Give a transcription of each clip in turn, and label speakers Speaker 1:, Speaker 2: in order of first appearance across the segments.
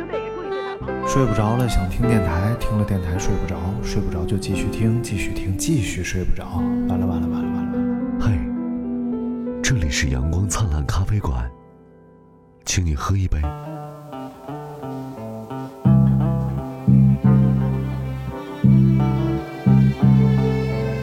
Speaker 1: 球队也注意对他防守。
Speaker 2: 睡不着了，想听电台，听了电台睡不着，睡不着就继续听，继续听，继续睡不着。完了完了完了完了完了！
Speaker 3: 嗨，这里是阳光灿烂咖啡馆，请你喝一杯。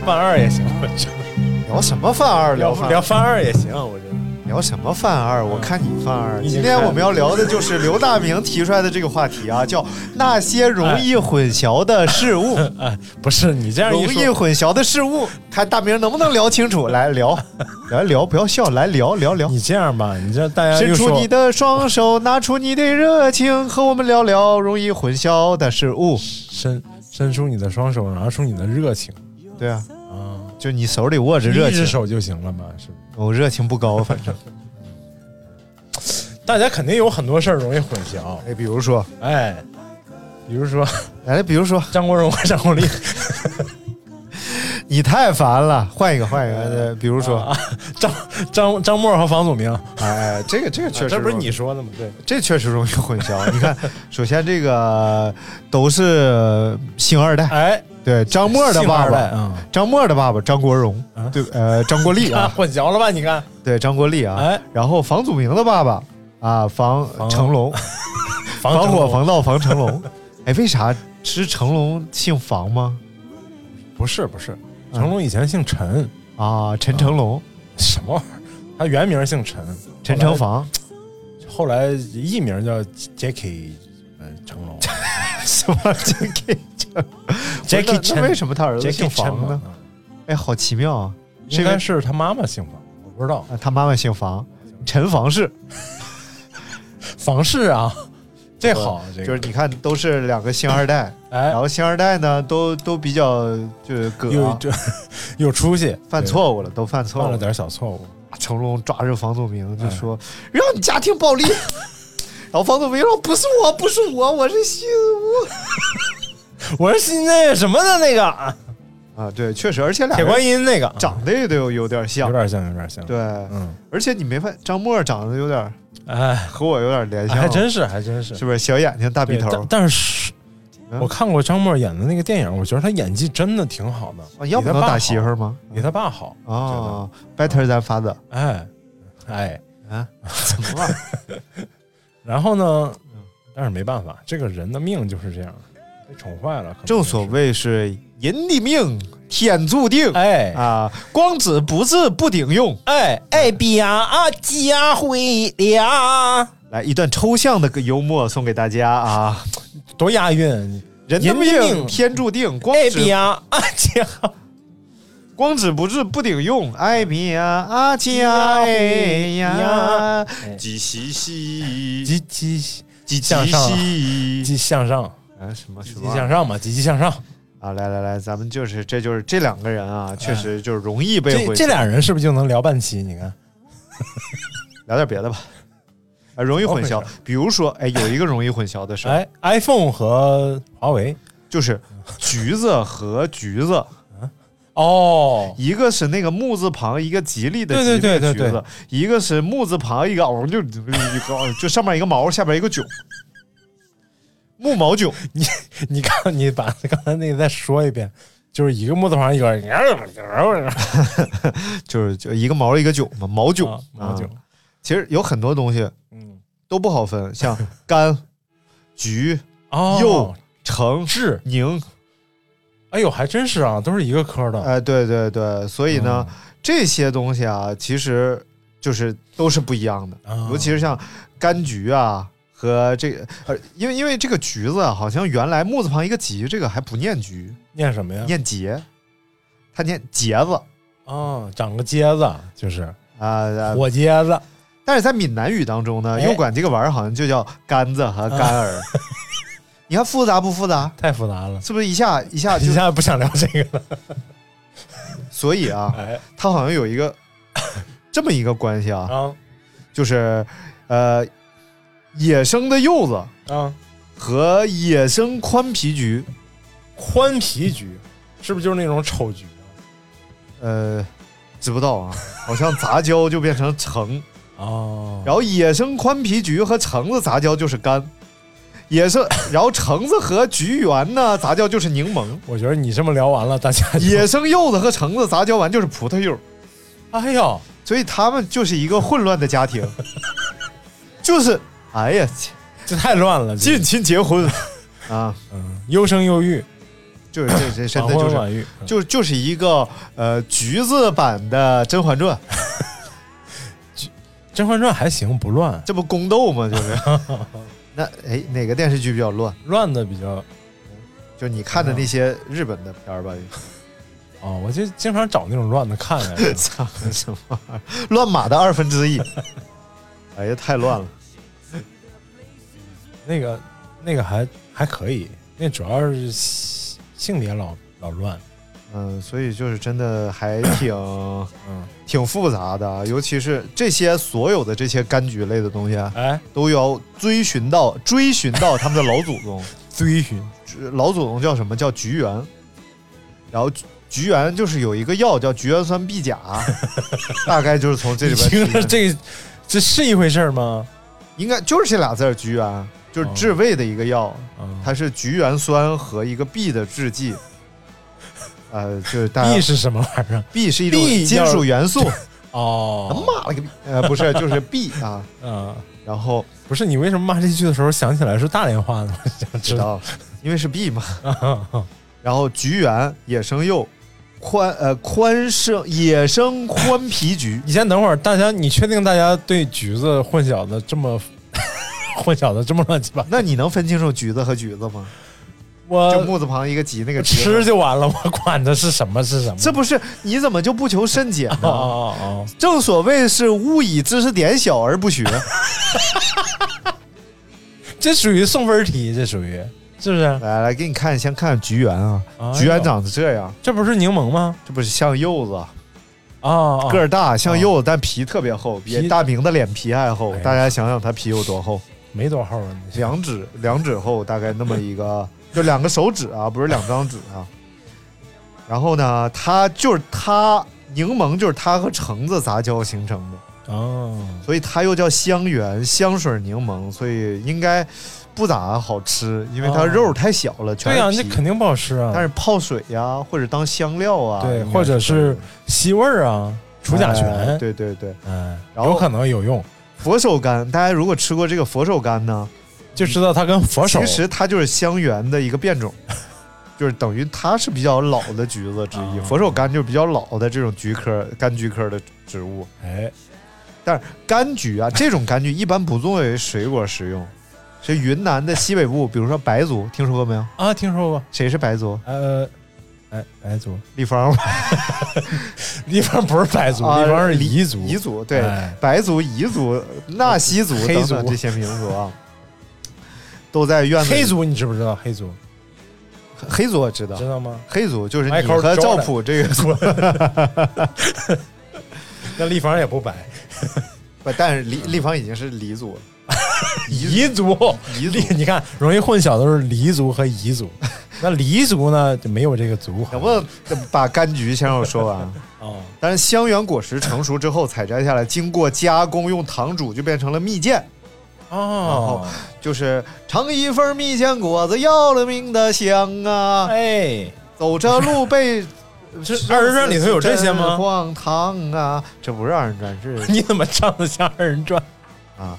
Speaker 4: 犯二也行，我觉得
Speaker 5: 聊什么犯二？
Speaker 4: 聊
Speaker 5: 聊犯
Speaker 4: 聊犯二也行，我觉得。
Speaker 5: 聊什么犯二？
Speaker 2: 嗯
Speaker 5: 我看你犯二。
Speaker 4: 你
Speaker 5: 今天我们要聊的就是刘大明提出来的这个话 题啊，叫那些容易混淆的事物，
Speaker 4: 哎，不是你这样一
Speaker 5: 容易
Speaker 4: 说，
Speaker 5: 混淆的事物，看大明能不能聊清楚。来 聊，来聊，不要笑，来聊聊聊。
Speaker 4: 你这样吧，你这
Speaker 2: 哎
Speaker 4: 大家
Speaker 5: 伸
Speaker 4: 又
Speaker 5: 出
Speaker 4: 说
Speaker 5: 你的双手，拿出你的热情，和我们聊聊容易混淆的事物。
Speaker 4: 伸伸出你的双手，拿出你的热情，
Speaker 5: 对啊，
Speaker 4: 啊，
Speaker 5: 就你手里握着热
Speaker 4: 一只
Speaker 5: 情，
Speaker 4: 手就行了嘛，是不是？
Speaker 5: 我热情不 高，反正。
Speaker 4: 大家肯定有很多事儿容易混淆，
Speaker 5: 哎，比如说，
Speaker 4: 哎，比如说
Speaker 5: 哎，比如说，
Speaker 4: 张国荣 和张国立，
Speaker 5: 你太烦了，换一个，换一个。呃比如说，
Speaker 4: 啊张张张默和房祖名，
Speaker 5: 哎，这个这个确实、
Speaker 4: 这不是你，说的吗？ 对，
Speaker 5: 这确实容易混淆。你看，首先这个都是星二代，
Speaker 4: 哎，
Speaker 5: 对张默的
Speaker 4: 姓
Speaker 5: 爸
Speaker 4: 二代
Speaker 5: 爸，
Speaker 4: 啊，
Speaker 5: 张默的爸爸张国荣，
Speaker 4: 啊
Speaker 5: 对，呃，张国立
Speaker 4: 啊，
Speaker 5: 啊，
Speaker 4: 混淆了吧？你看，
Speaker 5: 对，张国立啊。
Speaker 4: 哎，
Speaker 5: 然后房祖名的爸爸啊，房
Speaker 4: 房
Speaker 5: 成 龙，
Speaker 4: 防
Speaker 5: 防
Speaker 4: 成
Speaker 5: 火
Speaker 4: 龙
Speaker 5: 防盗防成 龙。哎，为啥是成龙姓房吗？
Speaker 4: 不是不是，成龙以前姓陈，
Speaker 5: 啊，陈成龙，
Speaker 4: 什么玩意儿？他原名姓陈，
Speaker 5: 陈成房，
Speaker 4: 后来艺名叫 Jackie，呃，成龙
Speaker 5: 什么 Jackie
Speaker 4: Jackie
Speaker 5: 那那
Speaker 4: Chan
Speaker 5: 为什么他儿子姓
Speaker 4: Jackie
Speaker 5: 房
Speaker 4: Chan
Speaker 5: 呢？
Speaker 4: 嘛
Speaker 5: 哎，好奇妙啊！
Speaker 4: 嗯
Speaker 5: 是因
Speaker 4: 应
Speaker 5: 为
Speaker 4: 该是他妈妈姓房，我不知道。
Speaker 5: 啊，他妈妈姓房，陈房氏，
Speaker 4: 房氏 啊，这好，这
Speaker 5: 就是
Speaker 4: 个
Speaker 5: 你看都是两个星二代，
Speaker 4: 哎
Speaker 5: 然，后星二代呢都都比较就是葛
Speaker 4: 有
Speaker 5: 啊，
Speaker 4: 这 有出息，
Speaker 5: 犯
Speaker 4: 对
Speaker 5: 错误了，都犯错
Speaker 4: 犯
Speaker 5: 误了。
Speaker 4: 了点小错误，
Speaker 5: 啊成龙抓着房祖名就
Speaker 4: 哎
Speaker 5: 说：“让你家庭暴力。” 然后房祖名说：“不是我，不是我，我是新
Speaker 4: 我是新那个什么的那 个
Speaker 5: 我。”啊，对，确实，而且俩
Speaker 4: 铁观
Speaker 5: 人
Speaker 4: 音那个，
Speaker 5: 长得也都有有点
Speaker 4: 有
Speaker 5: 像，
Speaker 4: 点像，有点像，
Speaker 5: 对，
Speaker 4: 嗯，
Speaker 5: 而且你没发现张默长得有点
Speaker 4: 哎，
Speaker 5: 和我有点联想，
Speaker 4: 还真是，还真是
Speaker 5: 是，不是小眼睛大鼻
Speaker 4: 对
Speaker 5: 头
Speaker 4: 但但是
Speaker 5: 嗯。
Speaker 4: 我看过张默演的那个电影，我觉得他演技真的挺好的，
Speaker 5: 啊？要不
Speaker 4: 比他
Speaker 5: 能
Speaker 4: 爸
Speaker 5: 打
Speaker 4: 好
Speaker 5: 媳妇儿吗？
Speaker 4: 比他爸好
Speaker 5: 啊，better than father
Speaker 4: 我觉得哎哎，
Speaker 5: 啊？怎么了？
Speaker 4: 然后呢
Speaker 5: 嗯，
Speaker 4: 但是没办法，这个人的命就是这样，被宠坏了。可能
Speaker 5: 正所
Speaker 4: 就是，
Speaker 5: 谓是人的命，天注定。
Speaker 4: 哎
Speaker 5: 啊，光子不治不顶用。
Speaker 4: 哎哎，比啊家辉呀，
Speaker 5: 来一段抽象的幽默送给大家啊！
Speaker 4: 多押韵！
Speaker 5: 人的
Speaker 4: 人的
Speaker 5: 命
Speaker 4: 命
Speaker 5: 天注定，光
Speaker 4: 哎比
Speaker 5: 子
Speaker 4: 啊 家
Speaker 5: 光子不治不顶用。艾米呀，阿加哎
Speaker 4: 啊
Speaker 5: 呀，
Speaker 4: 哎
Speaker 5: 几西西，
Speaker 4: 积极
Speaker 5: 几
Speaker 4: 向上积
Speaker 5: 西，
Speaker 4: 极向上，
Speaker 5: 啊什么
Speaker 4: 积
Speaker 5: 什
Speaker 4: 极
Speaker 5: 么
Speaker 4: 向上嘛，积极向上。
Speaker 5: 啊！来来来，咱们就是这就是这两个人啊，确实就是容易被
Speaker 4: 哎这
Speaker 5: 混淆
Speaker 4: 这俩人是不是就能聊半期？你看，
Speaker 5: 聊点别的吧，啊，容易混
Speaker 4: 聊
Speaker 5: 淆
Speaker 4: 混。
Speaker 5: 比如说，哎，有一个容易混淆的事儿，
Speaker 4: 哎，iPhone 和华为
Speaker 5: 就是橘子和橘子，
Speaker 4: 哦，
Speaker 5: 一个是那个木字旁一个吉利的吉
Speaker 4: 对
Speaker 5: 利
Speaker 4: 对
Speaker 5: 的
Speaker 4: 对
Speaker 5: 橘
Speaker 4: 对
Speaker 5: 子
Speaker 4: 对，
Speaker 5: 一个是木字旁一个哦，就就就就上面一个毛，下边一个囧，木毛囧。
Speaker 4: 你看你把刚才那个再说一遍，就是一个木头旁一个，
Speaker 5: 就是就一个毛一个囧嘛，毛囧
Speaker 4: 啊毛囧
Speaker 5: 啊其实有很多东西
Speaker 4: 嗯，
Speaker 5: 都不好分，像柑、橘、
Speaker 4: 哦，
Speaker 5: 柚、橙、
Speaker 4: 质
Speaker 5: 柠，
Speaker 4: 哎呦，还真是啊，都是一个科的。
Speaker 5: 哎，对对对，所以呢，
Speaker 4: 嗯，
Speaker 5: 这些东西啊，其实就是都是不一样的，
Speaker 4: 啊
Speaker 5: 尤其是像柑橘啊和这个，呃，因为因为这个橘子啊，好像原来木字旁一个吉，这个还不念橘，
Speaker 4: 念什么呀？
Speaker 5: 念节，它念节子
Speaker 4: 啊，长个疖子，就是
Speaker 5: 啊。呃
Speaker 4: 火疖子。
Speaker 5: 但是在闽南语当中呢，
Speaker 4: 哎
Speaker 5: 又管这个玩意儿好像就叫柑子和柑儿。啊 你看复杂不复杂？
Speaker 4: 太复杂了，
Speaker 5: 啊是不是一下一下就
Speaker 4: 一下不想聊这个了。
Speaker 5: 所以啊，
Speaker 4: 哎，
Speaker 5: 它好像有一个这么一个关系啊，
Speaker 4: 啊
Speaker 5: 就是呃，野生的柚子
Speaker 4: 啊，
Speaker 5: 和野生宽皮菊，
Speaker 4: 宽皮菊是不是就是那种丑菊啊
Speaker 5: 呃，知不道啊，好像杂交就变成橙，
Speaker 4: 啊？哦
Speaker 5: 然后野生宽皮菊和橙子杂交就是柑。野生， 然后橙子和菊园呢杂交就是柠檬，
Speaker 4: 我觉得你这么聊完了，大家就
Speaker 5: 野生柚子和橙子杂交完就是葡萄柚，
Speaker 4: 哎呦，
Speaker 5: 所以他们就是一个混乱的家庭，就是哎呀，切
Speaker 4: 这太乱了，这
Speaker 5: 近亲结婚啊，
Speaker 4: 嗯优生优育，
Speaker 5: 就是这这真
Speaker 4: 晚
Speaker 5: 的就
Speaker 4: 婚
Speaker 5: 是
Speaker 4: 晚育，
Speaker 5: 就就是一个呃橘子版的《甄嬛传》，
Speaker 4: 《甄嬛传》还行，不乱，
Speaker 5: 这不宫斗吗？就是那哎哪个电视剧比较乱？
Speaker 4: 乱的比较
Speaker 5: 就你看的那些日本的片儿吧，。
Speaker 4: 哦，我就经常找那种乱的看来着
Speaker 5: 操什么玩意儿？乱码的二分之一，哎呀太乱了。
Speaker 4: 那个那个还还可以，那主要是性性别老老乱，
Speaker 5: 嗯，所以就是真的还挺，嗯
Speaker 4: 嗯，
Speaker 5: 挺复杂的，啊尤其是这些所有的这些柑橘类的东西，啊，
Speaker 4: 哎，
Speaker 5: 都要追寻到追寻到他们的老祖宗，
Speaker 4: 追寻
Speaker 5: 老祖宗叫什么？叫菊园，然后菊菊园就是有一个药叫菊元酸 必钾，大概就是从这里边
Speaker 4: 听
Speaker 5: 提
Speaker 4: 着
Speaker 5: 炼
Speaker 4: 这这是一回事儿吗？
Speaker 5: 应该就是这俩字儿菊元，就是
Speaker 4: 哦
Speaker 5: 治胃的一个药，
Speaker 4: 啊，
Speaker 5: 它是菊元酸和一个 B 的制 剂，呃，就是大家
Speaker 4: 意是什么玩意儿？啊
Speaker 5: B 是一种
Speaker 4: B
Speaker 5: 金属元素。
Speaker 4: 哦，
Speaker 5: 骂了个逼，呃，不是，就是 B 啊。
Speaker 4: 嗯，
Speaker 5: 然后
Speaker 4: 不是你为什么骂这句的时候想起来是大连话呢？ 我想
Speaker 5: 知
Speaker 4: 知道。，
Speaker 5: 道，因为是 B 嘛。然后菊园野生柚，宽呃宽生野生宽皮菊
Speaker 4: 你先等会儿，大家，你确定大家对橘子混淆的这么混淆的这么乱七八？
Speaker 5: 那你能分清楚橘子和橘子吗？就
Speaker 4: 我
Speaker 5: 木字旁一个吉那个橘
Speaker 4: 呃吃
Speaker 5: 子。
Speaker 4: 就完了，我管它是什么是什么。
Speaker 5: 这不是你怎么就不求甚解
Speaker 4: 哦
Speaker 5: 呢？
Speaker 4: 哦哦
Speaker 5: 正所谓是勿以知识点小而不 学，
Speaker 4: 哦，这属于送分题，这属于是不是？
Speaker 5: 来来给你看，先看菊园啊
Speaker 4: 哎，呦
Speaker 5: 菊园长得这样，
Speaker 4: 这不是柠檬吗？
Speaker 5: 这不是像柚子，
Speaker 4: 啊，
Speaker 5: 个儿大，像柚子，但皮特别厚，比
Speaker 4: 皮
Speaker 5: 大明的脸皮还厚
Speaker 4: 哎。呀
Speaker 5: 大家想想他皮有多厚，
Speaker 4: 没多厚啊，你
Speaker 5: 两指两指厚，大概那么一个， 就两个手指啊，不是两张纸啊。然后呢，它就是它柠檬就是它和橙子杂交形成的，
Speaker 4: 哦，
Speaker 5: 所以它又叫香橼香水柠檬，所以应该不咋好吃，因为它
Speaker 4: 哦
Speaker 5: 肉太小了，全
Speaker 4: 对呀，
Speaker 5: 是
Speaker 4: 这
Speaker 5: 皮。
Speaker 4: 肯定不好吃啊。
Speaker 5: 但是泡水呀、或者当香料啊，
Speaker 4: 对
Speaker 5: 应该
Speaker 4: 或者
Speaker 5: 可
Speaker 4: 是
Speaker 5: 以
Speaker 4: 吸味儿啊，除甲
Speaker 5: 哎
Speaker 4: 醛，，
Speaker 5: 对对对，
Speaker 4: 嗯，
Speaker 5: 然后
Speaker 4: 有可能有用，
Speaker 5: 佛手柑，大家如果吃过这个佛手柑呢，
Speaker 4: 就知道它跟佛手
Speaker 5: 其实它就是香橼的一个变 种，就是等于它是比较老的橘子之一。
Speaker 4: 啊
Speaker 5: 佛手柑就是比较老的这种菊科柑橘科的植物。
Speaker 4: 哎，
Speaker 5: 柑橘 啊，这种柑橘一般不作为水果食用。是云南的西北部，比如说白族，听说过没有？
Speaker 4: 啊，听说过，
Speaker 5: 谁是白族？
Speaker 4: 呃，哎，白 族，
Speaker 5: 立方吗
Speaker 4: 地方不是白族，
Speaker 5: 啊
Speaker 4: 地方是彝族，
Speaker 5: 彝族对，
Speaker 4: 哎
Speaker 5: 白族、彝族、纳西族
Speaker 4: 黑
Speaker 5: 等
Speaker 4: 族
Speaker 5: 等这些民族啊，都在院子里。
Speaker 4: 黑族你知不知道？黑族
Speaker 5: 黑族我知道
Speaker 4: 知，道吗？
Speaker 5: 黑族就是你
Speaker 4: Michael
Speaker 5: 和
Speaker 4: Jordan
Speaker 5: 赵普这个族，
Speaker 4: 那立方也不白，
Speaker 5: 不但是立
Speaker 4: 嗯
Speaker 5: 立方已经是黎族 了。
Speaker 4: 彝族，
Speaker 5: 彝
Speaker 4: 黎
Speaker 5: 族，
Speaker 4: 你看容易混淆的是黎族和彝 族。那黎族呢就没有这个族，啊
Speaker 5: 能不能把柑橘先让我说完？
Speaker 4: 哦，
Speaker 5: 但是香橼果实成熟之后采摘下来，经过加工，用糖煮就变成了蜜饯，
Speaker 4: 哦，
Speaker 5: 就是尝一份蜜饯果子，要了命的香啊！
Speaker 4: 哎，
Speaker 5: 走着路被
Speaker 4: 这 二人转里头有这些吗
Speaker 5: 真荒唐啊！这不是二人转，是
Speaker 4: 你怎么唱的像二人转
Speaker 5: 啊。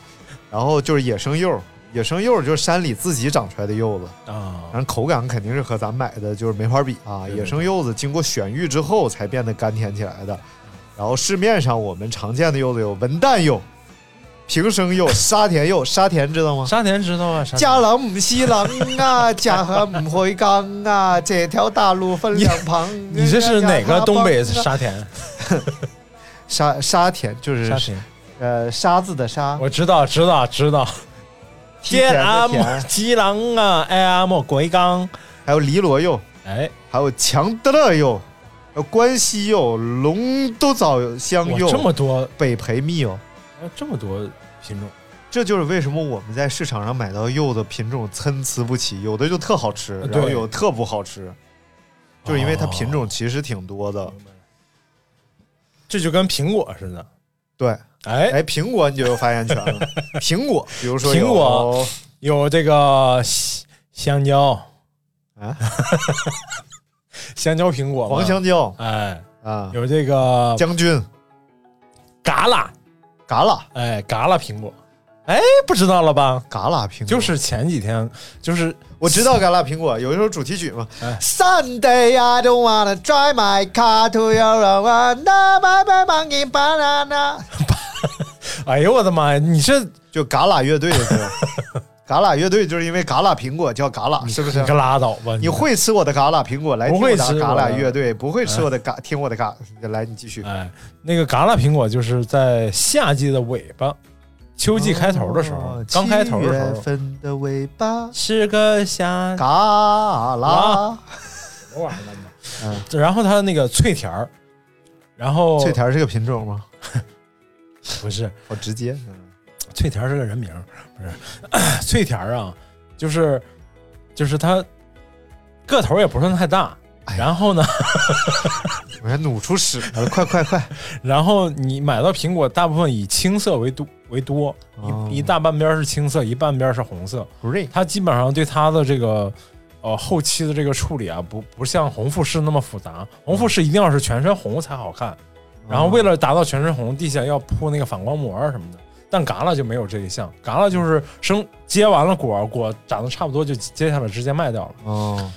Speaker 5: 然后就是野生柚，野生柚就是山里自己长出来的柚子，
Speaker 4: 啊？
Speaker 5: 然后口感肯定是和咱买的就是没法比啊。
Speaker 4: 对
Speaker 5: 野生柚子经过选育之后才变得甘甜起来的。然后市面上我们常见的柚子有文旦柚、平生柚、沙田柚。沙田知道吗？
Speaker 4: 沙田知道啊，沙田
Speaker 5: 家郎唔西郎啊，家和唔回冈啊，这条大路分两 旁。啊
Speaker 4: 你这是哪个东北
Speaker 5: 沙
Speaker 4: 沙田？
Speaker 5: 啊沙沙田？就是
Speaker 4: 沙田，
Speaker 5: 呃沙字的沙，
Speaker 4: 我知道，知道，知道。
Speaker 5: 梯田的
Speaker 4: 阿莫
Speaker 5: 田，
Speaker 4: 基郎啊啊，哎阿莫鬼刚，
Speaker 5: 还有篱罗柚，
Speaker 4: 哎
Speaker 5: 还有强德勒柚，呃关西柚、龙都枣香
Speaker 4: 哇
Speaker 5: 柚、
Speaker 4: 这么多，
Speaker 5: 北培蜜柚，
Speaker 4: 哎这么多品种，
Speaker 5: 这就是为什么我们在市场上买到柚子品种参差不齐，有的就特好吃，
Speaker 4: 呃对啊
Speaker 5: 然后有的特不好吃，就是因为它品种
Speaker 4: 哦
Speaker 5: 其实挺多的。
Speaker 4: 明白了这就跟苹果似的。
Speaker 5: 对，
Speaker 4: 哎，
Speaker 5: 哎，苹果你就有发言权 了。苹果，比如说有
Speaker 4: 苹果有这个香香蕉，
Speaker 5: 啊，
Speaker 4: 香蕉苹果嘛
Speaker 5: 黄，香蕉
Speaker 4: 哎，
Speaker 5: 啊，
Speaker 4: 有这个
Speaker 5: 将军
Speaker 4: 嘎啦，
Speaker 5: 嘎啦
Speaker 4: 哎，嘎啦苹果，哎，不知道了吧？
Speaker 5: 嘎啦苹果，
Speaker 4: 就是前几天，就是
Speaker 5: 我知道嘎啦苹果有一首主题曲嘛、
Speaker 4: 哎
Speaker 5: s u n d a y I don't wanna drive my car to your one, my my monkey banana，
Speaker 4: 哎呦我的妈呀！你这
Speaker 5: 就嘎啦乐队的歌。嘎啦乐队就是因为嘎啦苹果叫嘎啊啦，是不是
Speaker 4: 你？可拉倒吧！
Speaker 5: 你会吃我的嘎啦苹果，来听
Speaker 4: 不会
Speaker 5: 我
Speaker 4: 吃
Speaker 5: 的嘎
Speaker 4: 我
Speaker 5: 啦
Speaker 4: 的
Speaker 5: 乐队，不会吃我的嘎，听我的嘎，来你继续。
Speaker 4: 哎，那个嘎啦苹果就是在夏季的尾巴，秋季开头的时候，
Speaker 5: 哦
Speaker 4: 刚开头的时
Speaker 5: 七月
Speaker 4: 候，
Speaker 5: 份的尾巴，
Speaker 4: 吃个虾
Speaker 5: 嘎啦
Speaker 4: 啦，什么玩意儿呢
Speaker 5: 嗯
Speaker 4: 然后它那个脆甜儿，然后
Speaker 5: 脆甜儿是个品种吗？
Speaker 4: 不是
Speaker 5: 好直接，
Speaker 4: 脆甜儿是个人名儿，不是 脆甜儿啊，就是就是它个头也不算太大，
Speaker 5: 哎
Speaker 4: 然后呢，
Speaker 5: 我还努出屎来了，快快快！
Speaker 4: 然后你买到苹果，大部分以青色为多为多，
Speaker 5: 哦
Speaker 4: 一一大半边儿是青色，一半边儿是红色。
Speaker 5: 瑞
Speaker 4: 它基本上对它的这个呃后期的这个处理啊，不不像红富士那么复杂。红富士一定要是全身红才好看，然后为了达到全身红，地下要铺那个反光膜什么的。但嘎啦就没有这一项，嘎啦就是生结完了果，果长得差不多就接下来直接卖掉了。
Speaker 5: 哦，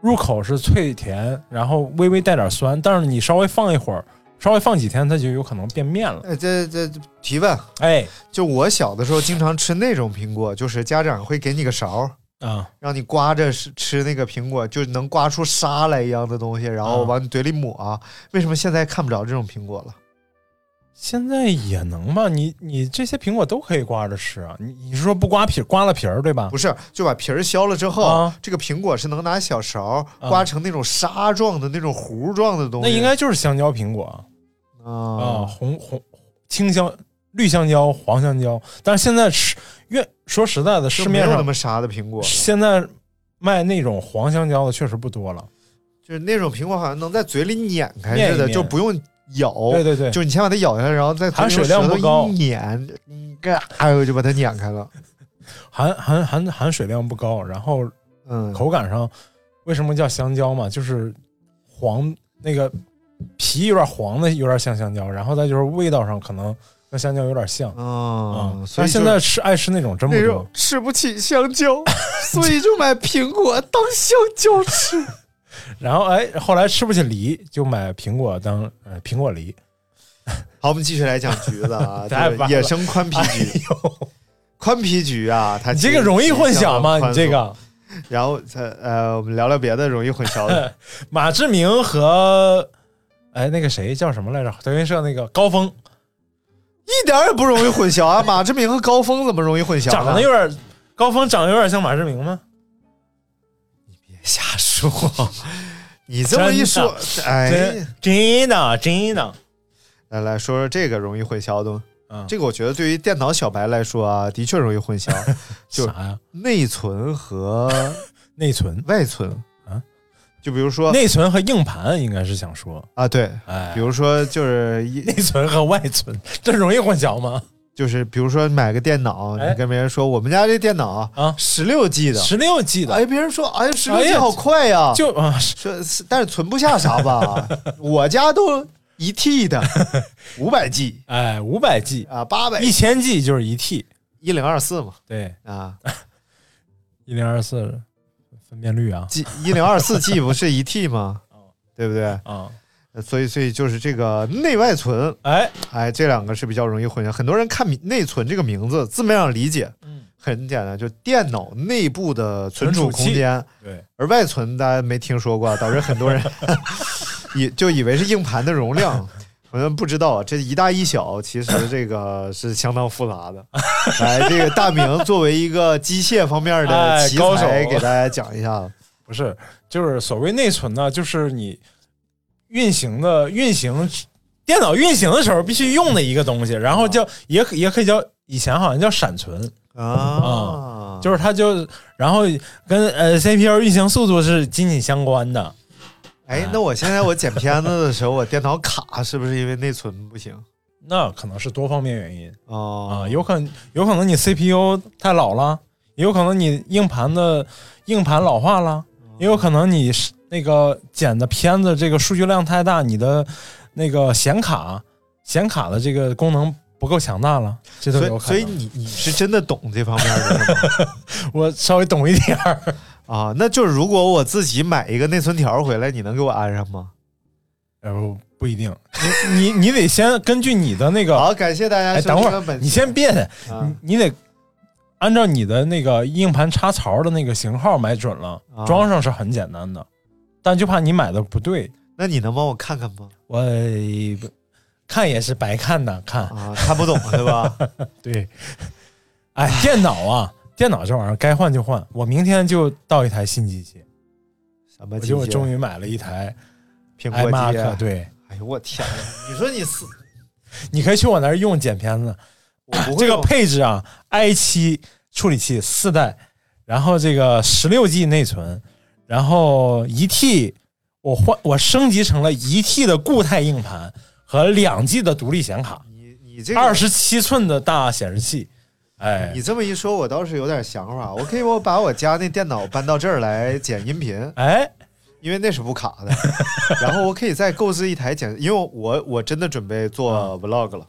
Speaker 4: 入口是脆甜，然后微微带点酸，但是你稍微放一会儿，稍微放几天，它就有可能变面了。
Speaker 5: 呃这这这提问，
Speaker 4: 哎，
Speaker 5: 就我小的时候经常吃那种苹果，就是家长会给你个勺儿，
Speaker 4: 啊、
Speaker 5: 让你刮着吃吃那个苹果，就能刮出沙来一样的东西，然后
Speaker 4: 嗯
Speaker 5: 往你嘴里抹、啊为什么现在看不着这种苹果
Speaker 4: 啊
Speaker 5: 了？
Speaker 4: 现在也能吧？你你这些苹果都可以刮着吃啊？你你是说不刮皮儿，刮了皮儿对吧？
Speaker 5: 不是，就把皮儿削了之后，
Speaker 4: 啊
Speaker 5: 这个苹果是能拿小勺儿刮成那种沙状的那种糊状的东
Speaker 4: 那
Speaker 5: 西。
Speaker 4: 应该就是香蕉苹果啊、
Speaker 5: 啊，
Speaker 4: 红红青香、绿香蕉、黄香蕉。但是现在吃越说实在的，
Speaker 5: 就
Speaker 4: 市
Speaker 5: 没
Speaker 4: 面
Speaker 5: 有那
Speaker 4: 上
Speaker 5: 么沙的苹果了，
Speaker 4: 现在卖那种黄香蕉的确实不多了。
Speaker 5: 就是那种苹果好像能在嘴里碾开
Speaker 4: 念一
Speaker 5: 似的，
Speaker 4: 念
Speaker 5: 就不用咬。
Speaker 4: 对对对，
Speaker 5: 哦就你先把它咬下来，然后再
Speaker 4: 含水量不高
Speaker 5: 一碾，嗯嘎，哎呦就把它碾开了。
Speaker 4: 含含含含水量不高，然后
Speaker 5: 嗯，
Speaker 4: 口感上为什么叫香蕉嘛？就是黄那个皮有点黄的，有点像香蕉，然后再就是味道上可能跟香蕉有点像。啊、
Speaker 5: 嗯，所
Speaker 4: 但
Speaker 5: 以
Speaker 4: 现
Speaker 5: 就
Speaker 4: 在吃爱吃那种真不
Speaker 5: 那
Speaker 4: 多
Speaker 5: 种。吃不起香 蕉，所以就买苹果当香蕉吃。
Speaker 4: 然后哎，后来吃不起梨，就买苹果当呃苹果梨。
Speaker 5: 好，我们继续来讲橘子 啊，
Speaker 4: 太
Speaker 5: 就是
Speaker 4: 晚了哎
Speaker 5: 野生宽皮橘，宽皮橘啊，它
Speaker 4: 你
Speaker 5: 其
Speaker 4: 这
Speaker 5: 实
Speaker 4: 个容易混淆吗？
Speaker 5: 相当宽
Speaker 4: 你这个啊
Speaker 5: 松，然后它呃，我们聊聊别的容易混淆 的，
Speaker 4: 马志明和哎那个谁叫什么来着？德云社那个高峰，
Speaker 5: 一点儿也不容易混淆 啊。马志明和高峰怎么容易混淆呢？
Speaker 4: 长得有点高峰长得有点像马志明吗？
Speaker 5: 瞎说，你这么一说，哎
Speaker 4: 真，真的真的，
Speaker 5: 来来说说这个容易混淆的吗，
Speaker 4: 嗯，
Speaker 5: 这个我觉得对于电脑小白来说啊，的确容易混 淆，就
Speaker 4: 啥呀？
Speaker 5: 内存和
Speaker 4: 内存，
Speaker 5: 外存
Speaker 4: 啊，
Speaker 5: 就比如说
Speaker 4: 内存和硬盘应该是想说，
Speaker 5: 啊，对，
Speaker 4: 哎，
Speaker 5: 比如说就是一
Speaker 4: 内存和外存，这容易混淆吗？
Speaker 5: 就是比如说买个电脑，
Speaker 4: 哎
Speaker 5: 你跟别人说我们家这电脑
Speaker 4: 啊
Speaker 5: 十六 G 的，
Speaker 4: 十六 G 的
Speaker 5: 哎，别人说哎十六
Speaker 4: 哎
Speaker 5: G
Speaker 4: 呀
Speaker 5: 好快呀，
Speaker 4: 就啊，是
Speaker 5: 说是但是存不下啥 吧，我家都一 T 的，五百 G
Speaker 4: 哎，五百 G，
Speaker 5: 啊，八百
Speaker 4: 一千 G 就是一 T，
Speaker 5: 一零二四嘛
Speaker 4: 对，
Speaker 5: 啊，
Speaker 4: 一零二四分辨率啊
Speaker 5: G 一零二四 G 不是一 T 吗？
Speaker 4: 哦
Speaker 5: 对不对？
Speaker 4: 啊，
Speaker 5: 所以所以就是这个内外存，
Speaker 4: 哎，
Speaker 5: 哎，这两个是比较容易混淆。很多人看名内存这个名字字面上理解，
Speaker 4: 嗯，
Speaker 5: 很简单，就电脑内部的存储
Speaker 4: 存储器
Speaker 5: 空间，
Speaker 4: 对，
Speaker 5: 而外存大家没听说过，导致很多人 以就以为是硬盘的容 量。我们不知道这一大一小，其实这个是相当复杂的。来，这个大明作为一个机械方面的
Speaker 4: 哎
Speaker 5: 奇
Speaker 4: 高手
Speaker 5: 才，给大家讲一下。
Speaker 4: 不是，就是所谓内存呢，就是你运行的运行电脑运行的时候必须用的一个东西，然后叫也可也可以叫以前好像叫闪存，
Speaker 5: 啊，
Speaker 4: 嗯就是它就然后跟呃 CPU 运行速度是紧紧相关的。
Speaker 5: 哎，那我现在我剪片子的时候，我电脑卡是不是因为内存不行？
Speaker 4: 那可能是多方面原因啊、
Speaker 5: 哦，
Speaker 4: 有可能有可能你 CPU 太老了，也有可能你硬盘的硬盘老化
Speaker 5: 哦
Speaker 4: 了，也有可能你是那个剪的片子这个数据量太大，你的那个显卡显卡的这个功能不够强大了，这都
Speaker 5: 所
Speaker 4: 有
Speaker 5: 以
Speaker 4: 可
Speaker 5: 所以
Speaker 4: 能。
Speaker 5: 你你是真的懂这方面的 是吗
Speaker 4: 我稍微懂一点儿，
Speaker 5: 啊？那就是如果我自己买一个内存条回来，你能给我安上吗？
Speaker 4: 然后呃不一定，你你你得先根据你的那个，
Speaker 5: 好，感谢大家
Speaker 4: 哎，
Speaker 5: 收
Speaker 4: 等
Speaker 5: 听
Speaker 4: 会
Speaker 5: 本期。
Speaker 4: 儿你先别，
Speaker 5: 啊
Speaker 4: 你你得按照你的那个硬盘插槽的那个型号买准了
Speaker 5: 啊，
Speaker 4: 装上是很简单的，但就怕你买的不对。
Speaker 5: 那你能帮我看看吗？
Speaker 4: 我看也是白看呐，看
Speaker 5: 啊，看不懂对 吧？
Speaker 4: 对，哎，电脑啊，电脑这玩意儿该换就换。我明天就到一台新机器，
Speaker 5: 什么
Speaker 4: 我
Speaker 5: 机
Speaker 4: 觉
Speaker 5: 器？
Speaker 4: 得我终于买了一台
Speaker 5: 苹果机啊
Speaker 4: iMac，。对，
Speaker 5: 哎呦我天呀！你说你是
Speaker 4: 你可以去我那儿用剪片子，
Speaker 5: 我 不会哦
Speaker 4: 这个
Speaker 5: 用
Speaker 4: 配置啊，i 七处理器四代，然后这个十六 G 内存，然后一 T，我换我升级成了一 T 的固态硬盘和两 G 的独立显卡，
Speaker 5: 你你这个
Speaker 4: 二十七寸的大显示器，哎
Speaker 5: 你这么一说，我倒是有点想法。我可以我把我家那电脑搬到这儿来剪音频，
Speaker 4: 哎，
Speaker 5: 因为那是不卡 的。然后我可以再购置一台剪，因为我我真的准备
Speaker 4: 啊
Speaker 5: 做 vlog 了，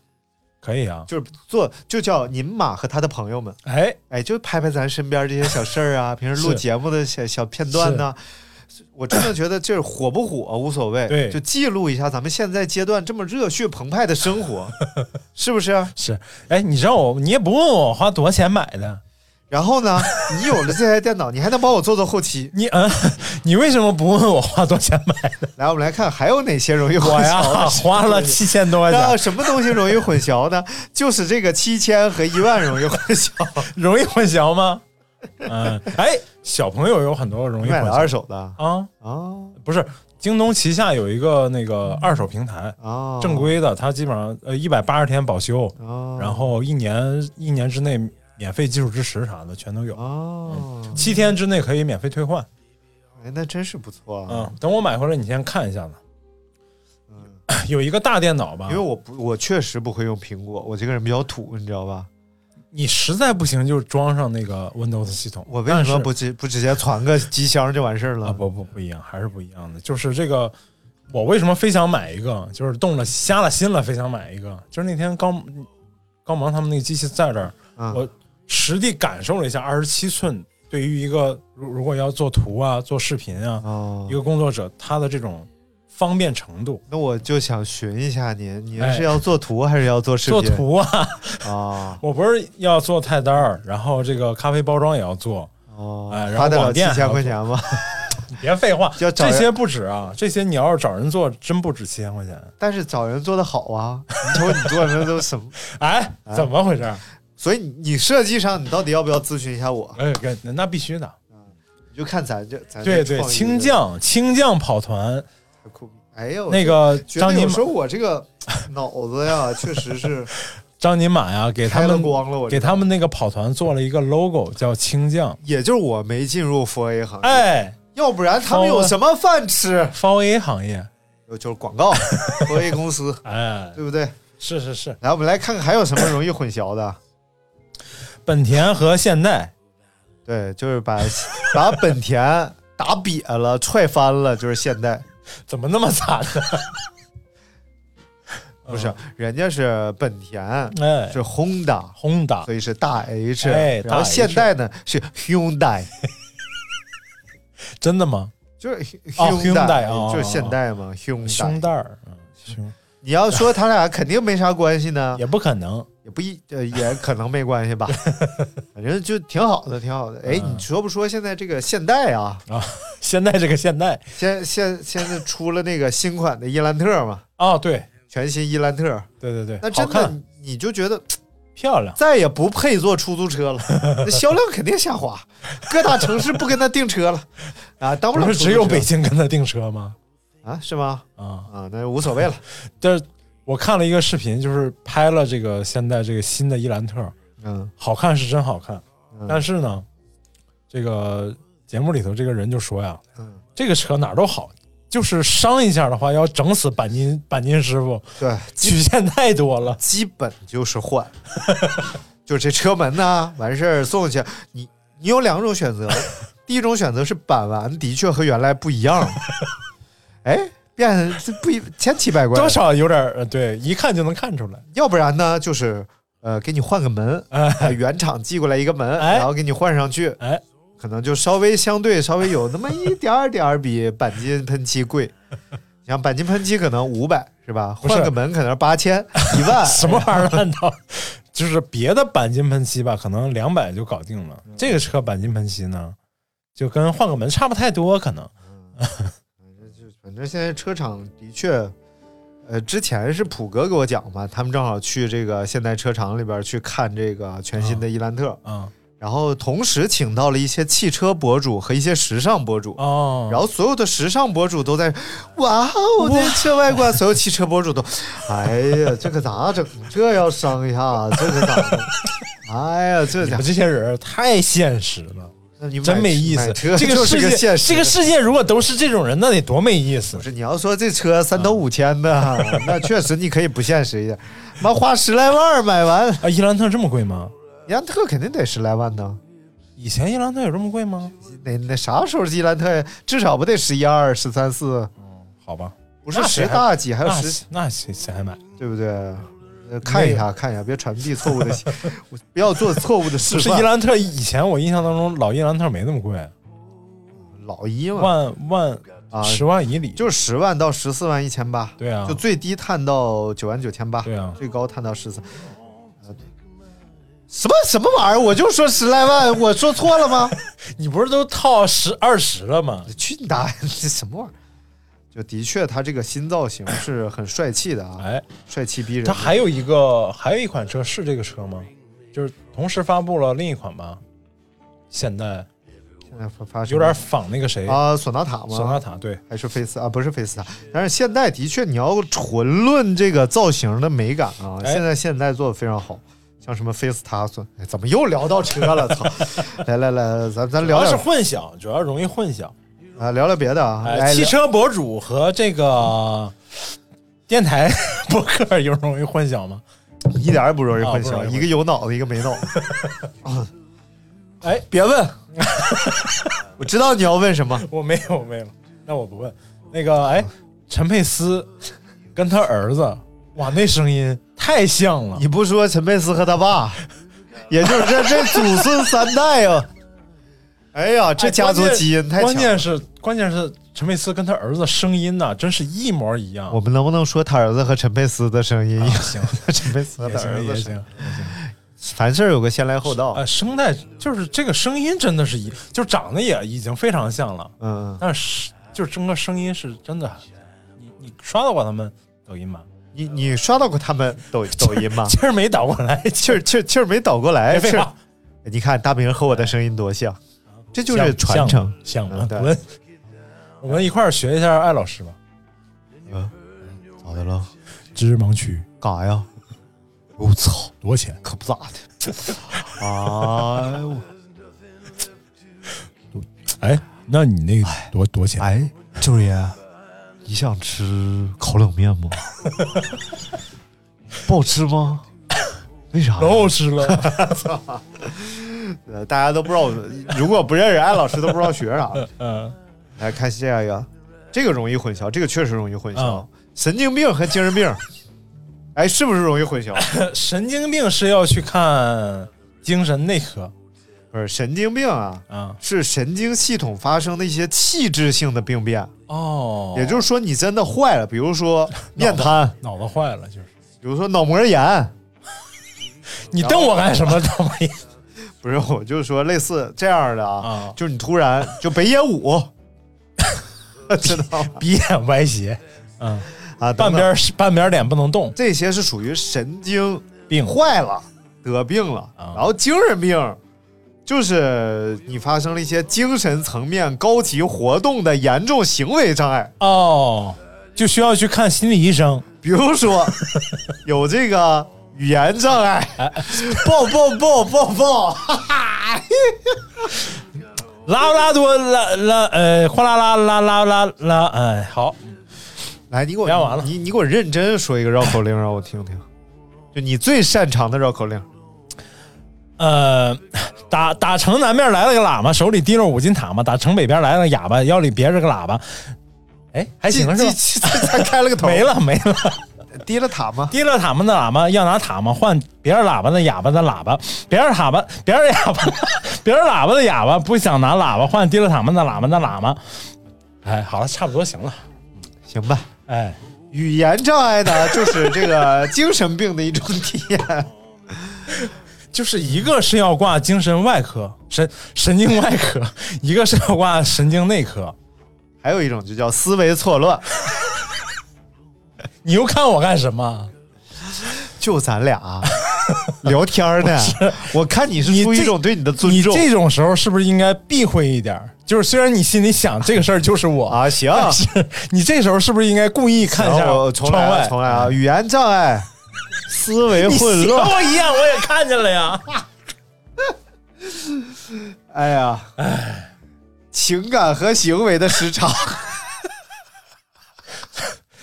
Speaker 4: 可以啊，
Speaker 5: 就是做就叫您马和他的朋友们，
Speaker 4: 哎，
Speaker 5: 哎，就拍拍咱身边这些小事儿 啊，平时录
Speaker 4: 是
Speaker 5: 节目的小小片段呐。我真的觉得这火不火无所谓，
Speaker 4: 对
Speaker 5: 就记录一下咱们现在阶段这么热血澎湃的生 活，是不是、啊
Speaker 4: 是，哎，你知道我，你也不问我我花多少钱买的，
Speaker 5: 然后呢，你有了这台电脑，你还能帮我做做后期，
Speaker 4: 你嗯，你为什么不问我花多少钱买的？
Speaker 5: 来，我们来看还有哪些容易混
Speaker 4: 我呀
Speaker 5: 淆的，事情
Speaker 4: 花了七千多块
Speaker 5: 那
Speaker 4: 钱，
Speaker 5: 什么东西容易混淆呢？就是这个七千和一万容易混淆。
Speaker 4: 容易混淆 吗？嗯，哎，小朋友有很多容
Speaker 5: 你
Speaker 4: 易混
Speaker 5: 买了
Speaker 4: 淆
Speaker 5: 二手的啊
Speaker 4: 啊，
Speaker 5: 哦
Speaker 4: 不是京东旗下有一个那个二手平台，
Speaker 5: 哦，
Speaker 4: 正规的，它基本上呃一百八十天保修，
Speaker 5: 哦，
Speaker 4: 然后一年一年之内免费技术支持啥的全都有，
Speaker 5: 哦，
Speaker 4: 七天之内可以免费退换。
Speaker 5: 哎，那真是不错啊。
Speaker 4: 嗯，等我买回来你先看一下子。
Speaker 5: 嗯，
Speaker 4: 有一个大电脑吧，
Speaker 5: 因为我不，我确实不会用苹果，我这个人比较土，你知道吧？
Speaker 4: 你实在不行就装上那个 Windows 系统。
Speaker 5: 我为什么
Speaker 4: 但是
Speaker 5: 不直不直接传个机箱就完事儿
Speaker 4: 啊，
Speaker 5: 了？
Speaker 4: 不不不一样，还是不一样的。就是这个，我为什么非想买一个？就是动了瞎了心了，非想买一个。就是那天高高萌他们那个机器在这儿，
Speaker 5: 嗯
Speaker 4: 我实地感受了一下二十七寸对于一个如如果要做图啊、做视频啊，
Speaker 5: 哦
Speaker 4: 一，个工作者他的这种方便程度。
Speaker 5: 那我就想询一下您，您
Speaker 4: 哎
Speaker 5: 是要做图还是要做视频？
Speaker 4: 做图啊，
Speaker 5: 啊，
Speaker 4: 我不是要做菜单儿，然后这个咖啡包装也要做。
Speaker 5: 哦
Speaker 4: 哎然后
Speaker 5: 花得了
Speaker 4: 网
Speaker 5: 七
Speaker 4: 店还
Speaker 5: 千
Speaker 4: 要
Speaker 5: 块钱吗？
Speaker 4: 你别废话，
Speaker 5: 要找
Speaker 4: 这
Speaker 5: 人
Speaker 4: 些不止啊，这些你要是找人做，真不止七千块钱。
Speaker 5: 但是找人做的好啊， 你瞅你做的都什么？
Speaker 4: 哎，怎么回事儿？
Speaker 5: 所以你设计上，你到底要不要咨询一下我？
Speaker 4: 哎，跟那必须的。
Speaker 5: 你就看咱这咱这
Speaker 4: 对对，
Speaker 5: 创意
Speaker 4: 青将青将跑团
Speaker 5: 太酷哎呦，
Speaker 4: 那个
Speaker 5: 觉得
Speaker 4: 张
Speaker 5: 有
Speaker 4: 金
Speaker 5: 时候我这个脑子呀，确实是
Speaker 4: 张金马呀，给他
Speaker 5: 开了
Speaker 4: 们
Speaker 5: 光了。我这
Speaker 4: 给他们那个跑团做了一个 logo，叫青将。
Speaker 5: 也就是我没进入 f A 行业，
Speaker 4: 哎啊
Speaker 5: 要不然他们有什么饭吃？
Speaker 4: f o A 行业，
Speaker 5: 就是广告 f A 公司，
Speaker 4: 哎，
Speaker 5: 对不对？
Speaker 4: 是是是，
Speaker 5: 来，我们来看看还有什么容易混淆的。
Speaker 4: 本田和现代，
Speaker 5: 对，就是把 把本田打瘪了、踹翻了，就是现代。
Speaker 4: 怎么那么惨呢？嗯
Speaker 5: 不是，人家是本田，
Speaker 4: 哎
Speaker 5: 是 Honda，
Speaker 4: ，Honda，
Speaker 5: 所以是大 H，、
Speaker 4: 哎
Speaker 5: 然后
Speaker 4: 大
Speaker 5: 现代呢是 Hyundai，
Speaker 4: 真的吗？
Speaker 5: 就是
Speaker 4: Hyundai，哦
Speaker 5: 就是现代嘛
Speaker 4: 胸
Speaker 5: ，Hyundai。
Speaker 4: 带儿，嗯胸
Speaker 5: 你要说他俩肯定没啥关系呢，
Speaker 4: 也不可能。
Speaker 5: 也不一呃也可能没关系 吧，反正就挺好的，挺好的。哎，
Speaker 4: 嗯
Speaker 5: 你说不说现在这个现代啊？
Speaker 4: 现在这个现代，
Speaker 5: 现现现在出了那个新款的伊兰特嘛，
Speaker 4: 哦，对
Speaker 5: 全新伊兰特，
Speaker 4: 对对对，
Speaker 5: 那真
Speaker 4: 好
Speaker 5: 的
Speaker 4: 看
Speaker 5: 你你就觉得
Speaker 4: 漂亮，
Speaker 5: 再也不配做出租 车了，那销量肯定下滑，各大城市不跟他订车了啊，当
Speaker 4: 不
Speaker 5: 了
Speaker 4: 是
Speaker 5: 出租
Speaker 4: 只有
Speaker 5: 车
Speaker 4: 北京跟他订车吗？
Speaker 5: 啊，是吗？
Speaker 4: 啊、
Speaker 5: 啊，那无所谓了。
Speaker 4: 但是我看了一个视频，就是拍了这个现在这个新的伊兰特，
Speaker 5: 嗯，
Speaker 4: 好看是真好看，
Speaker 5: 嗯
Speaker 4: 但是呢，这个节目里头这个人就说呀，
Speaker 5: 嗯
Speaker 4: 这个车哪儿都好，就是伤一下的话要整死钣金钣金 师傅，
Speaker 5: 对，
Speaker 4: 曲线太多了。
Speaker 5: 基本就是换， 就这车门呐，完事儿送去。你你有两种 选择，第一种选择是板完的确和原来不一 样，哎，变这不一千奇百怪。
Speaker 4: 多少有点儿呃对，一看就能看出来。
Speaker 5: 要不然呢，就是呃，给你换个门，呃原厂寄过来一个门，
Speaker 4: 哎
Speaker 5: 然后给你换上去，
Speaker 4: 哎，
Speaker 5: 可能就稍微相对稍微有那么一点儿点儿比钣金喷漆贵。 你像钣金喷漆可能五百是吧？
Speaker 4: 不是，
Speaker 5: 换个门可能八千一万
Speaker 4: 什么玩意儿烂到？ 就是别的钣金喷漆吧，可能两百就搞定
Speaker 5: 嗯
Speaker 4: 了。这个车钣金喷漆呢，就跟换个门差不太多，可能。
Speaker 5: 反正现在车厂的确，呃，之前是普哥给我讲嘛，他们正好去这个现代车厂里边去看这个全新的伊兰特，
Speaker 4: 啊、
Speaker 5: 然后同时请到了一些汽车博主和一些时尚博主。
Speaker 4: 哦，
Speaker 5: 然后所有的时尚博主都在，哇哦，这车外观，所有汽车博主都，哎呀，这可咋整？啊这要伤一下，这可咋整？哎呀，这
Speaker 4: 你
Speaker 5: 家
Speaker 4: 们这些人太现实了，
Speaker 5: 你买
Speaker 4: 真没意
Speaker 5: 买
Speaker 4: 思。
Speaker 5: 车
Speaker 4: 这
Speaker 5: 就
Speaker 4: 世
Speaker 5: 是
Speaker 4: 界，
Speaker 5: 现实，
Speaker 4: 这个世界如果都是这种人，那得多没意思
Speaker 5: 不。是你要说这车三头五千的，
Speaker 4: 啊
Speaker 5: 那确实你可以不现实一点，妈花十来万儿买完，
Speaker 4: 啊，伊兰特这么贵吗？
Speaker 5: 伊兰特肯定得十来万呢。
Speaker 4: 以前伊兰特有这么贵吗？
Speaker 5: 那那啥时候伊兰特至少不得十一二、十三四，
Speaker 4: 好吧，
Speaker 5: 不是
Speaker 4: 那谁
Speaker 5: 十
Speaker 4: 还
Speaker 5: 大几，还有
Speaker 4: 那
Speaker 5: 十，
Speaker 4: 那谁谁还买？
Speaker 5: 对不对？呃看一下，看一下，别传递错误的信， 我不要做错误的示
Speaker 4: 不是
Speaker 5: 范。
Speaker 4: 伊兰特，以前我印象当中老伊兰特没那么贵，
Speaker 5: 老一嘛，
Speaker 4: 万万
Speaker 5: 嗯啊，
Speaker 4: 十万以里。
Speaker 5: 就是十万到十四万一千八，
Speaker 4: 对啊
Speaker 5: 就，最低探到九万九千八，
Speaker 4: 对啊
Speaker 5: 最高探到十三。呃什么什么玩意儿？我就说十来万，我说错了 吗？
Speaker 4: 你不是都套十二十了吗？
Speaker 5: 去你大爷！这什么玩意儿？就的确，它这个新造型是很帅气的啊，
Speaker 4: 哎，
Speaker 5: 帅气逼人
Speaker 4: 它。还有一个，还有一款车是这个车吗？就是同时发布了另一款吧，现代
Speaker 5: 现在发发生
Speaker 4: 有点仿那个谁，
Speaker 5: 啊，索纳塔吗？
Speaker 4: 索纳塔，对，
Speaker 5: 还是菲斯啊？不是菲斯塔。但是现在的确，你要纯论这个造型的美感啊，
Speaker 4: 哎
Speaker 5: 现在现代做的非常好。像什么菲斯塔索，哎怎么又聊到车 了？操！来来来，咱咱
Speaker 4: 主
Speaker 5: 聊
Speaker 4: 要是
Speaker 5: 聊
Speaker 4: 混淆，主要容易混淆。
Speaker 5: 啊，聊聊别的啊。
Speaker 4: 哎，
Speaker 5: 哎
Speaker 4: 汽车博主和这个电台 博客有容易混淆吗？
Speaker 5: 一点儿也不容易混
Speaker 4: 啊不
Speaker 5: 淆，
Speaker 4: 容易
Speaker 5: 一个有脑子，一个没脑。
Speaker 4: 哎，
Speaker 5: 别问，我知道你要问什么。
Speaker 4: 我没有，我没有，那我不问。那个，哎，
Speaker 5: 嗯
Speaker 4: 陈佩斯跟他儿子，哇，那声音太像了
Speaker 5: 你。不说陈佩斯和他 爸，也就是这这祖孙三代啊！哎呀，这家族基因太
Speaker 4: 关
Speaker 5: 强了。
Speaker 4: 键是关键是陈佩斯跟他儿子声音呐、真是一模一样。
Speaker 5: 我们能不能说他儿子和陈佩斯的声音一
Speaker 4: 啊
Speaker 5: 样？
Speaker 4: 行，
Speaker 5: 陈佩斯和
Speaker 4: 也
Speaker 5: 他儿
Speaker 4: 行也
Speaker 5: 子声音，
Speaker 4: 行。
Speaker 5: 凡事有个先来后到。
Speaker 4: 呃，声带就是这个声音真的是一，就长得也已经非常像了，
Speaker 5: 嗯，
Speaker 4: 但是就是整个声音是真的。你你刷到过他们抖音吗？
Speaker 5: 嗯你你刷到过他们 抖抖音吗？
Speaker 4: 气儿没倒过来，气
Speaker 5: 气
Speaker 4: 儿
Speaker 5: 儿气儿气儿没倒过来，
Speaker 4: 哎
Speaker 5: 气
Speaker 4: 废
Speaker 5: 儿
Speaker 4: 话。
Speaker 5: 你看大明和我的声音多像，这就是传
Speaker 4: 像
Speaker 5: 承。
Speaker 4: 像
Speaker 5: 嗯
Speaker 4: 吗？
Speaker 5: 对
Speaker 4: 我们我们一块儿学一下艾老师吧。
Speaker 5: 咋的了？
Speaker 4: 知盲区
Speaker 5: 干啥呀？ 我 操，
Speaker 4: 多少钱？
Speaker 5: 可不咋 的。啊！我
Speaker 4: 哎，那你那个多多少钱？
Speaker 5: 哎，舅爷，你想吃烤冷面吗？ 不好吃吗？ 为啥呀？
Speaker 4: 老好 吃了。
Speaker 5: 呃大家都不知道我，如果不认识艾老师都不知道学啥。
Speaker 4: 嗯，
Speaker 5: 来看下一个，这个容易混淆，这个确实容易混淆。
Speaker 4: 嗯
Speaker 5: 神经病和精神病，哎，是不是容易混 淆？
Speaker 4: 神经病是要去看精神内科
Speaker 5: 不是神经病啊，
Speaker 4: 啊。
Speaker 5: 是神经系统发生的一些器质性的病变，
Speaker 4: 哦，
Speaker 5: 也就是说你真的坏了，比如说面瘫，
Speaker 4: 脑子坏了，就是
Speaker 5: 比如说脑膜炎。
Speaker 4: 你瞪我干什么？ 大半夜
Speaker 5: 不是，我就说类似这样的啊，
Speaker 4: 啊
Speaker 5: 就是你突然就北野武， 知道吗？
Speaker 4: 鼻眼歪斜，嗯，
Speaker 5: 啊，
Speaker 4: 半
Speaker 5: 等等
Speaker 4: 边半边脸不能动，
Speaker 5: 这些是属于神经
Speaker 4: 病
Speaker 5: 坏了、得病了，
Speaker 4: 啊
Speaker 5: 然后精神病就是你发生了一些精神层面高级活动的严重行为障碍，
Speaker 4: 哦，就需要去看心理医生。
Speaker 5: 比如说有这个语言障碍，抱抱抱抱抱，
Speaker 4: 拉布拉多拉拉呃，哗啦啦啦啦啦啦，哎，好，
Speaker 5: 来，你给我
Speaker 4: 聊完了
Speaker 5: 你你给我认真说一个绕口令让我听听，就你最擅长的绕口令。
Speaker 4: 呃，打打城南面来了个喇嘛，手里提着五斤塔嘛；打城北边来了个哑巴，腰里别着个喇叭。哎，还行是吧？
Speaker 5: 吧？咱开了个头，
Speaker 4: 没了没了，
Speaker 5: 提了塔吗？
Speaker 4: 提着塔嘛的喇嘛要拿塔嘛换别人喇叭的哑巴的喇叭，别人塔巴别人哑巴别人喇叭的哑巴不想拿喇叭换提着塔嘛的喇嘛的喇嘛。哎，好了，差不多行了。
Speaker 5: 行吧。
Speaker 4: 哎，
Speaker 5: 语言障碍呢，就是这个精神病的一种体验。
Speaker 4: 就是一个是要挂精神外科神神经外科， 一个是要挂神经内科。
Speaker 5: 还有一种就叫思维错乱，
Speaker 4: 你又看我干什么？
Speaker 5: 就咱 俩啊聊天呢，我看你是
Speaker 4: 你
Speaker 5: 出于一
Speaker 4: 这
Speaker 5: 种对你的尊重
Speaker 4: 你这种时候是不是应该避讳一点儿？就是虽然你心里想这个事儿就是 我，
Speaker 5: 啊。行，
Speaker 4: 但是你这时候是不是应该故意看一下
Speaker 5: 行我重
Speaker 4: 窗
Speaker 5: 来啊
Speaker 4: 外？哎
Speaker 5: 重来啊！语言障碍，思维
Speaker 4: 你
Speaker 5: 混
Speaker 4: 跟
Speaker 5: 乱。
Speaker 4: 我一样，我也看见了呀。
Speaker 5: 哎呀，
Speaker 4: 哎
Speaker 5: 情感和行为的时差。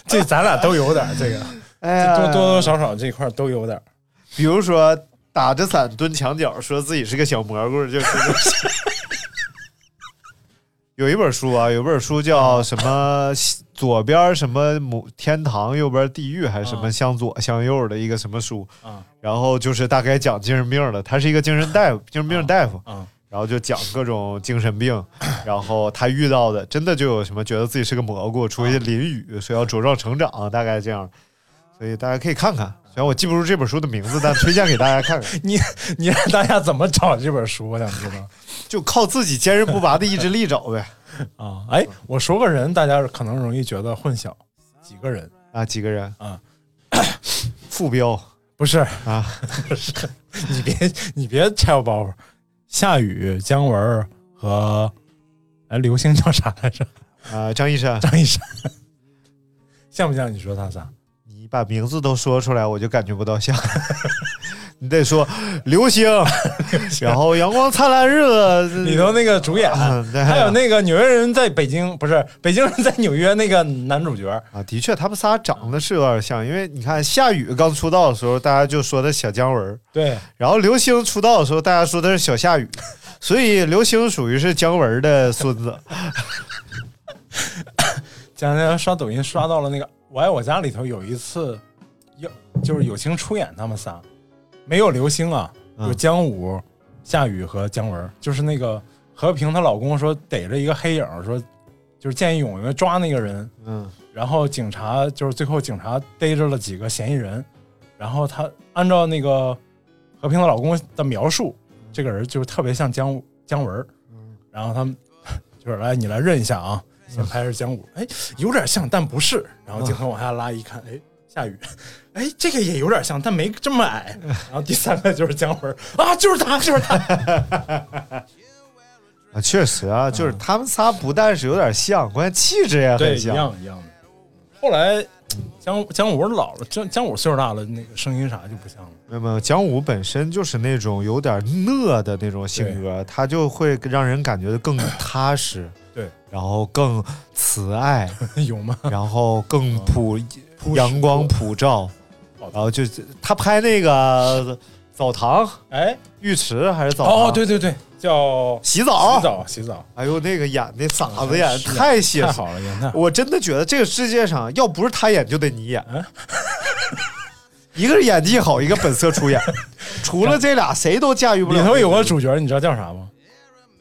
Speaker 4: 这咱俩都有点儿这个，
Speaker 5: 哎呀，
Speaker 4: 多多多少少这块儿都有点儿。
Speaker 5: 比如说打着伞蹲墙角，说自己是个小蘑菇，就是。 有一本书啊，有本书叫什么？左边什么母天堂，右边地狱，还是什么向左向右的一个什么书？
Speaker 4: 啊
Speaker 5: 然后就是大概讲精神病的，他是一个精神大夫，精神病大夫。
Speaker 4: 啊
Speaker 5: 然后就讲各种精神 病，然后他遇到的真的就有什么觉得自己是个蘑菇，出去淋雨，所以要茁壮成长，大概这样。所以大家可以看看，虽然我记不住这本书的名字，但推荐给大家看 看，
Speaker 4: 你你让大家怎么找这本书？我想知道。
Speaker 5: 就靠自己坚韧不拔的意志力找呗。
Speaker 4: 啊，哎，我说个人，大家可能容易觉得混淆，几个人
Speaker 5: 啊，几个人
Speaker 4: 啊，
Speaker 5: 副标
Speaker 4: 不是
Speaker 5: 啊，
Speaker 4: 不是， 你别你别拆我包袱。夏雨、姜文儿和哎，刘星叫啥来着？
Speaker 5: 啊，张医生，
Speaker 4: 张一山，像不像？你说他仨？
Speaker 5: 你把名字都说出来，我就感觉不到像。 你得说流星，然后阳光灿烂日子
Speaker 4: 里头那个主演，
Speaker 5: 啊对
Speaker 4: 还有那个纽约人在北京，不是北京人在纽约那个男主角，
Speaker 5: 啊，的确，他们仨长得是有点像，因为你看夏雨刚出道的时候，大家就说他小姜文儿，
Speaker 4: 对，
Speaker 5: 然后刘星出道的时候，大家说他是小夏雨，所以刘星属于是姜文儿的孙子。
Speaker 4: 前两天刷抖音刷到了那个《我爱我家》里头有一次，有就是友情出演他们仨，没有刘星啊，
Speaker 5: 嗯
Speaker 4: 有姜武、夏雨和姜文，就是那个和平她老公说逮着一个黑影，说就是见义勇为抓那个人，
Speaker 5: 嗯，
Speaker 4: 然后警察就是最后警察逮着了几个嫌疑人，然后他按照那个和平的老公的描述，这个人就是特别像姜武姜文儿，
Speaker 5: 嗯
Speaker 4: 然后他们 就是来你来认一下啊，先拍是姜武，哎，有点像但不是，然后镜头往下拉一看，哎，下雨， 哎，这个也有点像但没这么矮， 然后第三个就是姜文儿啊，就是他，就是 他，
Speaker 5: 啊，确实啊，就是他们仨不但是有点像，关键气质也
Speaker 4: 嗯对，
Speaker 5: 很
Speaker 4: 一
Speaker 5: 像。
Speaker 4: 样一样的。后来姜姜武老了，姜姜武岁数大了，那个声音啥就不像了。
Speaker 5: 那么姜武本身就是那种有点讷的那种性格，他就会让人感觉更踏 实，
Speaker 4: 对，
Speaker 5: 然后更慈爱，
Speaker 4: 有吗？
Speaker 5: 然后更普
Speaker 4: 嗯朴实
Speaker 5: 阳光普照，
Speaker 4: 好的
Speaker 5: 然后就他拍那个澡堂、
Speaker 4: 哎，
Speaker 5: 浴池还是澡堂？
Speaker 4: 哦，对，对对，叫
Speaker 5: 洗澡。
Speaker 4: 洗澡洗澡，
Speaker 5: 哎呦，那个演的傻子
Speaker 4: 嗯
Speaker 5: 演
Speaker 4: 是
Speaker 5: 太写
Speaker 4: 太
Speaker 5: 实，
Speaker 4: 好了，演 太好了
Speaker 5: 我真的觉得这个世界上要不是他演，就得你演。
Speaker 4: 嗯
Speaker 5: 一个是演技好，一个本色 出演，除了这俩，谁都驾驭不了。
Speaker 4: 里头有个主角，你知道叫啥吗？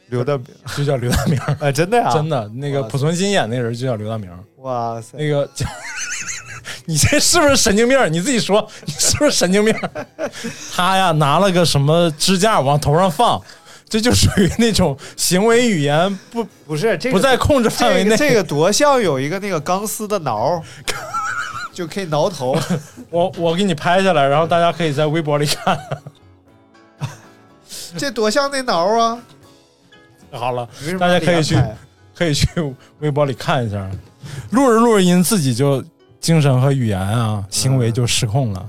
Speaker 5: 刘大明，
Speaker 4: 就叫刘大明儿，
Speaker 5: 哎，真的呀、
Speaker 4: 真的，那个
Speaker 5: 哇塞
Speaker 4: 濮存昕演那人就叫刘大明儿，
Speaker 5: 哇塞！
Speaker 4: 那个叫。 你这是不是神经病儿？你自己说，你是不是神经病儿？他呀拿了个什么支架往头上放，这就属于那种行为语言不
Speaker 5: 不是这个
Speaker 4: 不在控制范围内。
Speaker 5: 这个、这个多像有一个那个钢丝的 挠，就可以挠头。
Speaker 4: 我我给你拍下来，然后大家可以在微博里看。
Speaker 5: 这多像那挠啊！
Speaker 4: 好了，
Speaker 5: 为什么
Speaker 4: 大家可以去
Speaker 5: 这样拍
Speaker 4: 可以去微博里看一下，录着录着音，自己就精神和语言啊、行
Speaker 5: 嗯
Speaker 4: 为就失控了。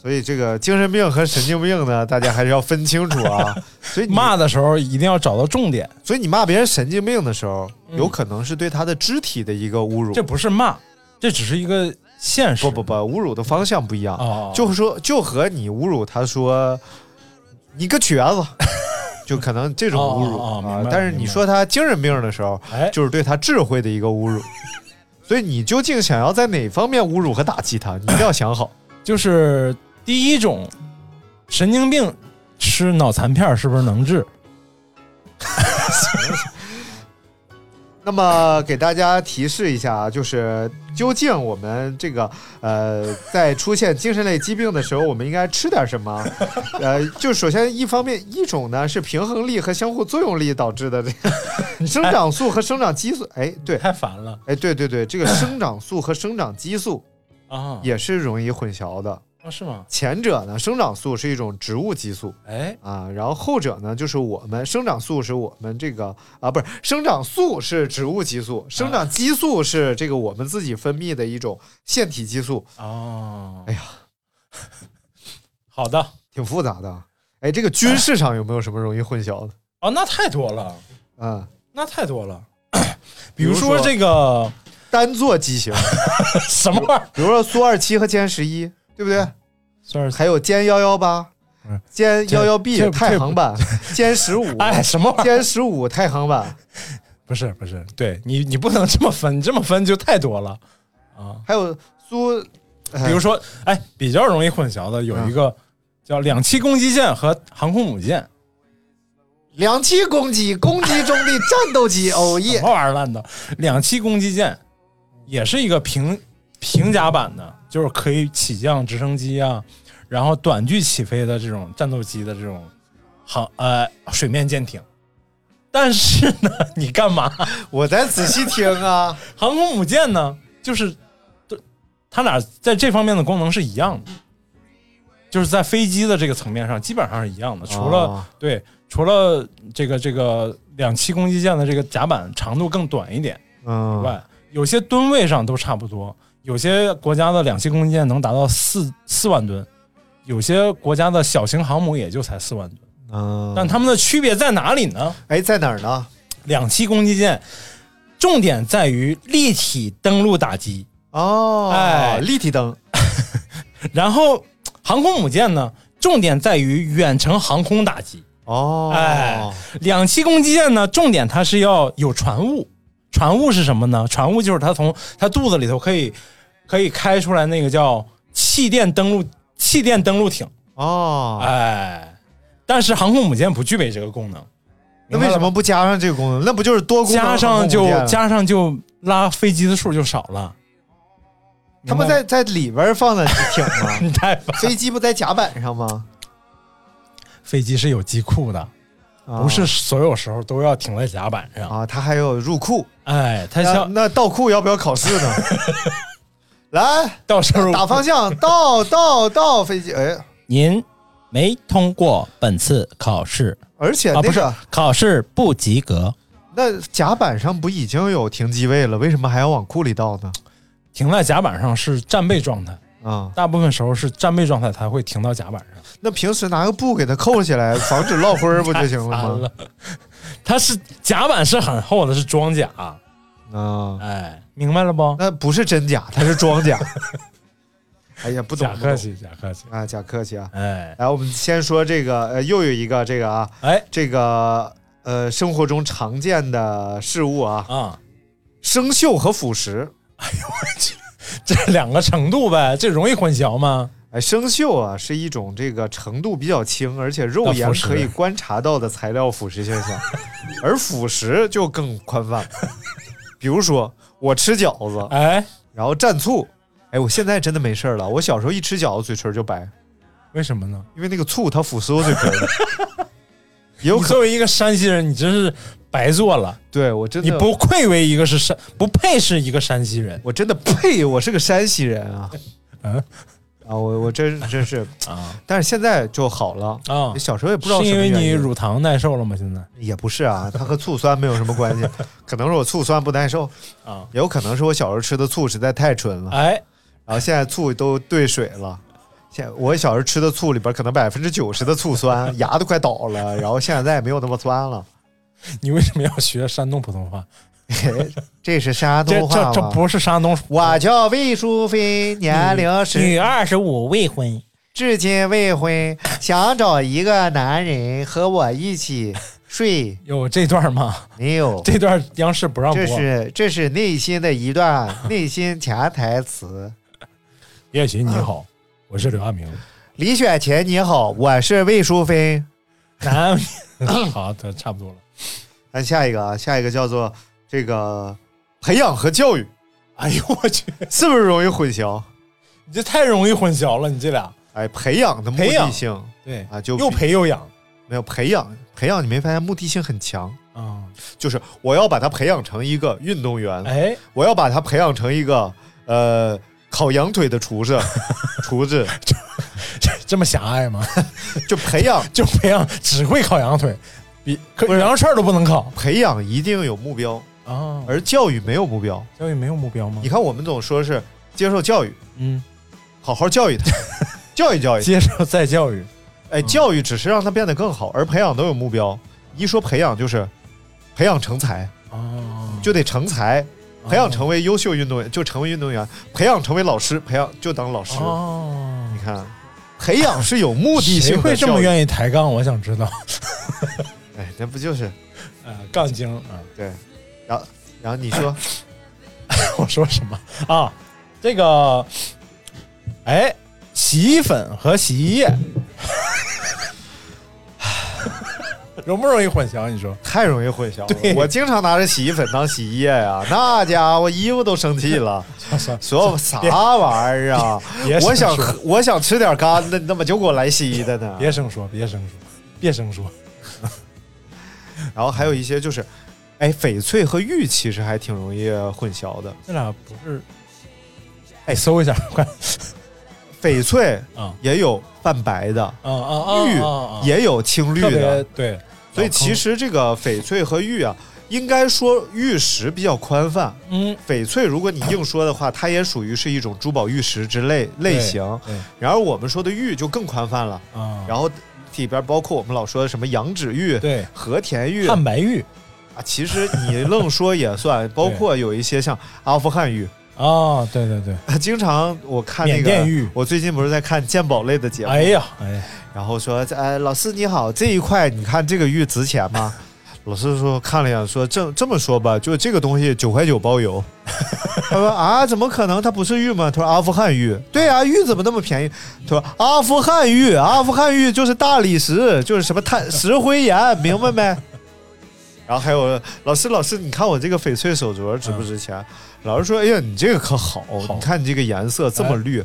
Speaker 5: 所以这个精神病和神经病呢，大家还是要分清楚 啊。所以你，
Speaker 4: 骂的时候一定要找到重点，
Speaker 5: 所以你骂别人神经病的时候，
Speaker 4: 嗯
Speaker 5: 有可能是对他的肢体的一个侮辱。
Speaker 4: 这不是骂，这只是一个现实。
Speaker 5: 不不不，侮辱的方向不一样，
Speaker 4: 哦，
Speaker 5: 就说就和你侮辱他说你个瘸子， 就可能这种侮辱
Speaker 4: 哦哦哦
Speaker 5: 啊
Speaker 4: 明白。
Speaker 5: 但是你
Speaker 4: 明白
Speaker 5: 说他精神病的时候，
Speaker 4: 哎，
Speaker 5: 就是对他智慧的一个侮辱。所以你究竟想要在哪方面侮辱和打击他，你一定要想好。
Speaker 4: 就是第一种，神经病吃脑残片儿是不是能治？
Speaker 5: 那么给大家提示一下啊，就是究竟我们这个呃，在出现精神类疾病的时候，我们应该吃点什么？ 呃，就首先一方面，一种呢是平衡力和相互作用力导致的这个生长素和生长激素。哎，对，
Speaker 4: 太烦了
Speaker 5: 哎，对对对，这个生长素和生长激素
Speaker 4: 啊！
Speaker 5: 也是容易混淆的。
Speaker 4: 啊是吗？
Speaker 5: 前者呢，生长素是一种植物激素，
Speaker 4: 哎，
Speaker 5: 啊，然后后者呢，就是我们生长素是我们这个啊，不是生长素是植物激素，生长激素是这个我们自己分泌的一种腺体激素，
Speaker 4: 哦，
Speaker 5: 哎呀，
Speaker 4: 好的，
Speaker 5: 挺复杂的。哎，这个军事上有没有什么容易混淆的？
Speaker 4: 哦，那太多了，
Speaker 5: 啊，
Speaker 4: 那太多 了。
Speaker 5: 比
Speaker 4: 比
Speaker 5: 如
Speaker 4: 如
Speaker 5: 说
Speaker 4: 说 这个
Speaker 5: 单座机型，
Speaker 4: 什么玩意儿，
Speaker 5: 比如说苏二七和歼十一，对不对？
Speaker 4: 算是
Speaker 5: 还有歼幺幺八
Speaker 4: 不是、
Speaker 5: 歼幺幺 B
Speaker 4: 嗯这这
Speaker 5: 太行版、歼十五、
Speaker 4: 哎什么玩意儿？
Speaker 5: 歼十五太行版，
Speaker 4: 不是不是，对你你不能这么分，你 这么分就太多了。
Speaker 5: 还有苏，哎嗯
Speaker 4: 比如说，哎，比较容易混淆的有一个叫两栖攻击舰和航空母舰，
Speaker 5: 两栖攻击，攻击中的战斗 机，哦耶
Speaker 4: 什！么玩意儿烂的？两栖攻击舰也是一个平平甲版的，就是可以起降直升机啊，然后短距起飞的这种战斗机的这种航呃水面舰艇。但是呢，你干嘛？
Speaker 5: 我在仔细听啊，
Speaker 4: 航空母舰呢，就是对它俩在这方面的功能是一样的，就是在飞机的这个层面上基本上是一样的，除了、
Speaker 5: 哦
Speaker 4: 对除了这个这个两栖攻击舰的这个甲板长度更短一点以
Speaker 5: 嗯，
Speaker 4: 外，有些吨位上都差不多，有些国家的两栖攻击舰能达到四四万吨。有些国家的小型航母也就才四万吨，
Speaker 5: 嗯
Speaker 4: 但它们的区别在哪里呢？
Speaker 5: 哎，在哪儿呢？
Speaker 4: 两栖攻击舰重点在于立体登陆打击，
Speaker 5: 哦，
Speaker 4: 哎
Speaker 5: 立体灯，
Speaker 4: 然后航空母舰呢，重点在于远程航空打击；
Speaker 5: 哦，
Speaker 4: 哎，两栖攻击舰呢，重点它是要有船坞。船坞是什么呢？船坞就是它从它肚子里头可以可以开出来那个叫气垫登陆气垫登陆艇，
Speaker 5: 哦，
Speaker 4: 哎，但是航空母舰不具备这个功能。
Speaker 5: 那为什
Speaker 4: 明白
Speaker 5: 么
Speaker 4: 了吗
Speaker 5: 不加上这个功能？那不就是多功能
Speaker 4: 加上就
Speaker 5: 航空母舰了啊
Speaker 4: 加上就拉飞机的数就少了？
Speaker 5: 他们
Speaker 4: 明白
Speaker 5: 在在里边放的艇吗？
Speaker 4: 你太烦
Speaker 5: 飞机不在甲板上吗？
Speaker 4: 飞机是有机库的，
Speaker 5: 啊
Speaker 4: 不是所有时候都要停在甲板上。
Speaker 5: 啊，它还有入库，
Speaker 4: 哎，他
Speaker 5: 那
Speaker 4: 像
Speaker 5: 那倒库要不要考试 呢？来
Speaker 4: 到时候
Speaker 5: 打方向，倒倒倒飞机，哎，
Speaker 4: 您没通过本次考试
Speaker 5: 而且
Speaker 4: 啊，
Speaker 5: 那
Speaker 4: 不是
Speaker 5: 个
Speaker 4: 考试不及格，
Speaker 5: 那甲板上不已经有停机位了，为什么还要往库里倒呢？
Speaker 4: 停在甲板上是战备状态，
Speaker 5: 啊，
Speaker 4: 大部分时候是战备状态才会停到甲板上。
Speaker 5: 那平时拿个布给它扣起 来，防止落灰儿不就行了
Speaker 4: 完了， 它是甲板是很厚的，是装甲。
Speaker 5: 吗？啊，
Speaker 4: 哎，明白了不？
Speaker 5: 那不是真假，它是装假。 哎呀，不懂
Speaker 4: 假
Speaker 5: 不
Speaker 4: 客
Speaker 5: 懂
Speaker 4: 气，假客气。
Speaker 5: 啊，假客气啊！
Speaker 4: 哎
Speaker 5: 来，我们先说这个，呃，又有一个这个啊，
Speaker 4: 哎
Speaker 5: 这个呃，生活中常见的事物啊，
Speaker 4: 啊，
Speaker 5: 生锈和腐蚀。
Speaker 4: 这两个程度呗，这容易混淆吗？
Speaker 5: 哎，生锈啊，是一种这个程度比较轻，而且肉
Speaker 4: 那
Speaker 5: 眼
Speaker 4: 腐蚀
Speaker 5: 可以观察到的材料腐蚀现象， 而腐蚀就更宽泛。比如说，我吃饺 子，
Speaker 4: 哎，
Speaker 5: 然后蘸醋，哎，我现在真的没事儿了。我小时候一吃饺子，嘴唇就白，
Speaker 4: 为什么呢？
Speaker 5: 因为那个醋它腐蚀我嘴唇。 也有
Speaker 4: 你
Speaker 5: 可
Speaker 4: 作为一个山西人，你真是白做了。
Speaker 5: 对我真的
Speaker 4: 你不愧为一个是山，不配是一个山西人。
Speaker 5: 我真的呸！我是个山西人啊。
Speaker 4: 嗯
Speaker 5: 啊，啊，我我真真是，
Speaker 4: 啊
Speaker 5: 但是现在就好了。
Speaker 4: 啊！
Speaker 5: 小时候也 不知道
Speaker 4: 是
Speaker 5: 什
Speaker 4: 因
Speaker 5: 么
Speaker 4: 为
Speaker 5: 原
Speaker 4: 你
Speaker 5: 因，
Speaker 4: 乳糖耐受了吗？现在
Speaker 5: 也不是啊，它和醋酸没有什么关 系，可能是我醋酸不耐受，
Speaker 4: 啊，
Speaker 5: 也有可能是我小时候吃的醋实在太纯了，
Speaker 4: 哎，
Speaker 5: 然后现在醋都兑水了。现在我小时候吃的醋里边可能百分之九十的醋酸，牙都快倒了。 然后现在也没有那么酸了。
Speaker 4: 你为什么要学山东普通话？
Speaker 5: 这是山
Speaker 4: 这
Speaker 5: 东话
Speaker 4: 这
Speaker 5: 吗？
Speaker 4: 这不是山东
Speaker 5: 我叫魏淑芬，年龄是
Speaker 6: 二十五未婚，
Speaker 5: 至今未婚，想找一个男人和我一起睡。
Speaker 4: 有这段吗？
Speaker 5: 没有，
Speaker 4: 这段央视不让播
Speaker 5: 这。是这是内心的一段内心潜台词。
Speaker 4: 叶琴你好，我是刘 亚明。
Speaker 5: 李雪琴，你好，我是魏淑芬。
Speaker 4: 男，好的，差不多了。
Speaker 5: 咱下一个啊，下一个叫做这个培养和教育，
Speaker 4: 哎呦我去，
Speaker 5: 是不是容易混淆？
Speaker 4: 你这太容易混淆了，你这俩
Speaker 5: 哎，培养的目
Speaker 4: 培
Speaker 5: 的
Speaker 4: 养
Speaker 5: 性
Speaker 4: 对
Speaker 5: 啊，就
Speaker 4: 又
Speaker 5: 比
Speaker 4: 培又养
Speaker 5: 没有培养培养，你没发现目的性很强？
Speaker 4: 啊！
Speaker 5: 就是我要把他培养成一个运动员，
Speaker 4: 哎，
Speaker 5: 我要把他培养成一个呃烤羊腿的厨 师，厨子
Speaker 4: 这这么狭隘吗？
Speaker 5: 就培养
Speaker 4: 就培养只会烤羊腿，比可
Speaker 5: 不是
Speaker 4: 羊肉串都不能烤
Speaker 5: 培养一定有目标，
Speaker 4: 啊！
Speaker 5: 而教育没有目标。
Speaker 4: 教育没有目标吗
Speaker 5: 你？看，我们总说是接受教育，
Speaker 4: 嗯，
Speaker 5: 好好教育 他，教育教育他。
Speaker 4: 接受再教育
Speaker 5: 哎，教育只是让他变得更好，而培养都有目标。一说培养就是培养成才，
Speaker 4: 啊，
Speaker 5: 就得成才，
Speaker 4: 哦
Speaker 5: 培养成为优秀运动员就成为运动员，培养成为老师，培养就当老师。
Speaker 4: 哦
Speaker 5: 你。看，啊培养是有目的
Speaker 4: 谁
Speaker 5: 性
Speaker 4: 会
Speaker 5: 的
Speaker 4: 这
Speaker 5: 教
Speaker 4: 么
Speaker 5: 育。
Speaker 4: 愿意抬杠？我想知道。
Speaker 5: 哎，那不就是
Speaker 4: 呃，杠精啊，
Speaker 5: 对？然后，然后你 说
Speaker 4: 我说什么啊？这个，哎，洗衣粉和洗衣液， 容不容易混淆？你说
Speaker 5: 太容易混淆
Speaker 4: 对
Speaker 5: 了。我经常拿着洗衣粉当洗衣液呀、那家伙衣服都生气 了。所有啥玩意儿啊
Speaker 4: 别别！
Speaker 5: 我想
Speaker 4: 别
Speaker 5: 喝，我想吃点干的，你怎么就给我来稀的呢？
Speaker 4: 别生说，别生说，别生说。
Speaker 5: 然后还有一些就是，哎，翡翠和玉其实还挺容易混淆的。
Speaker 4: 这俩不是？哎，搜一下，快！
Speaker 5: 翡翠
Speaker 4: 啊
Speaker 5: 也有泛白的，
Speaker 4: 啊啊
Speaker 5: 玉
Speaker 4: 啊！
Speaker 5: 也有青绿
Speaker 4: 特
Speaker 5: 的
Speaker 4: 别，对，
Speaker 5: 所以其实这个翡翠和玉啊，应该说玉石比较宽泛。
Speaker 4: 嗯，
Speaker 5: 翡翠，如果你硬说的话，它也属于是一种珠宝玉石之类类型。
Speaker 4: 对
Speaker 5: 然而我们说的玉就更宽泛了，
Speaker 4: 啊，
Speaker 5: 然后里边包括我们老说的什么羊脂玉、
Speaker 4: 对
Speaker 5: 和田玉
Speaker 4: 汉白玉
Speaker 5: 啊，其实你愣说也 算，包括有一些像阿富汗玉，
Speaker 4: 啊，对对对，
Speaker 5: 啊经常我看那
Speaker 4: 缅甸
Speaker 5: 个。
Speaker 4: 玉。
Speaker 5: 我最近不是在看鉴宝类的节目，
Speaker 4: 哎呀，哎呀，
Speaker 5: 然后说，哎，老师你好，这一块你看这个玉值钱吗？ 老师说看了一眼，说这这么说吧，就这个东西九块九包邮。 他说啊，怎么可能？它不是玉吗？他说阿富汗玉。对啊，玉怎么那么便宜？他说阿富汗玉，阿富汗玉就是大理石，就是什么碳石灰岩，明白没？ 然后还有老师，老师，你看我这个翡翠手镯值不值钱？老师说，哎呀，你这个可好，
Speaker 4: 好
Speaker 5: 你看你这个颜色这么绿，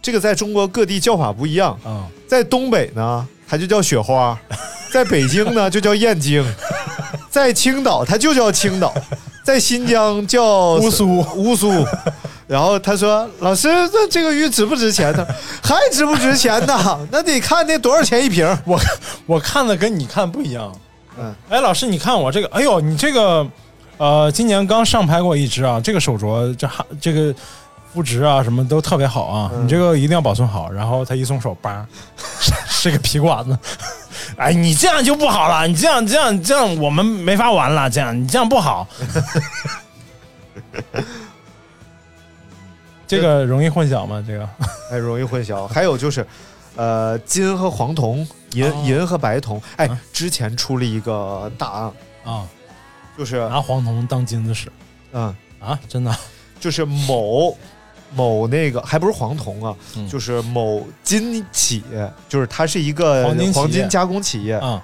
Speaker 5: 这个在中国各地叫法不一样。
Speaker 4: 啊，
Speaker 5: 在东北呢，它就叫雪花；在北京呢，就叫燕京；在青岛，它就叫青岛；在新疆叫
Speaker 4: 乌苏
Speaker 5: 乌苏。然后他说：“老师，那这个玉值不值钱呢？还值不值钱呢？那得看那多少钱一瓶。
Speaker 4: 我我看的跟你看不一样。
Speaker 5: 嗯，
Speaker 4: 哎，老师，你看我这个，哎呦，你这个，呃，今年刚上拍过一只啊，这个手镯，这还这个肤质啊，什么都特别好啊，你这个一定要保存好。然后他一松手，叭， 是是个皮管子。 哎，你这样就不好了，你这样这样这样，我们没法玩了。这样你这样不好，这个容易混淆吗？这个”
Speaker 5: 哎，容易混淆。还有就是，呃，金和黄铜，银、
Speaker 4: 哦
Speaker 5: 银和白铜。哎
Speaker 4: 啊，
Speaker 5: 之前出了一个大案，
Speaker 4: 啊，
Speaker 5: 就是
Speaker 4: 拿黄铜当金子使
Speaker 5: 嗯，
Speaker 4: 啊，真的
Speaker 5: 就是某某那个还不是黄铜啊，
Speaker 4: 嗯
Speaker 5: 就是某金企业，就是它是一个
Speaker 4: 黄金企业
Speaker 5: 黄金加工企业，
Speaker 4: 啊，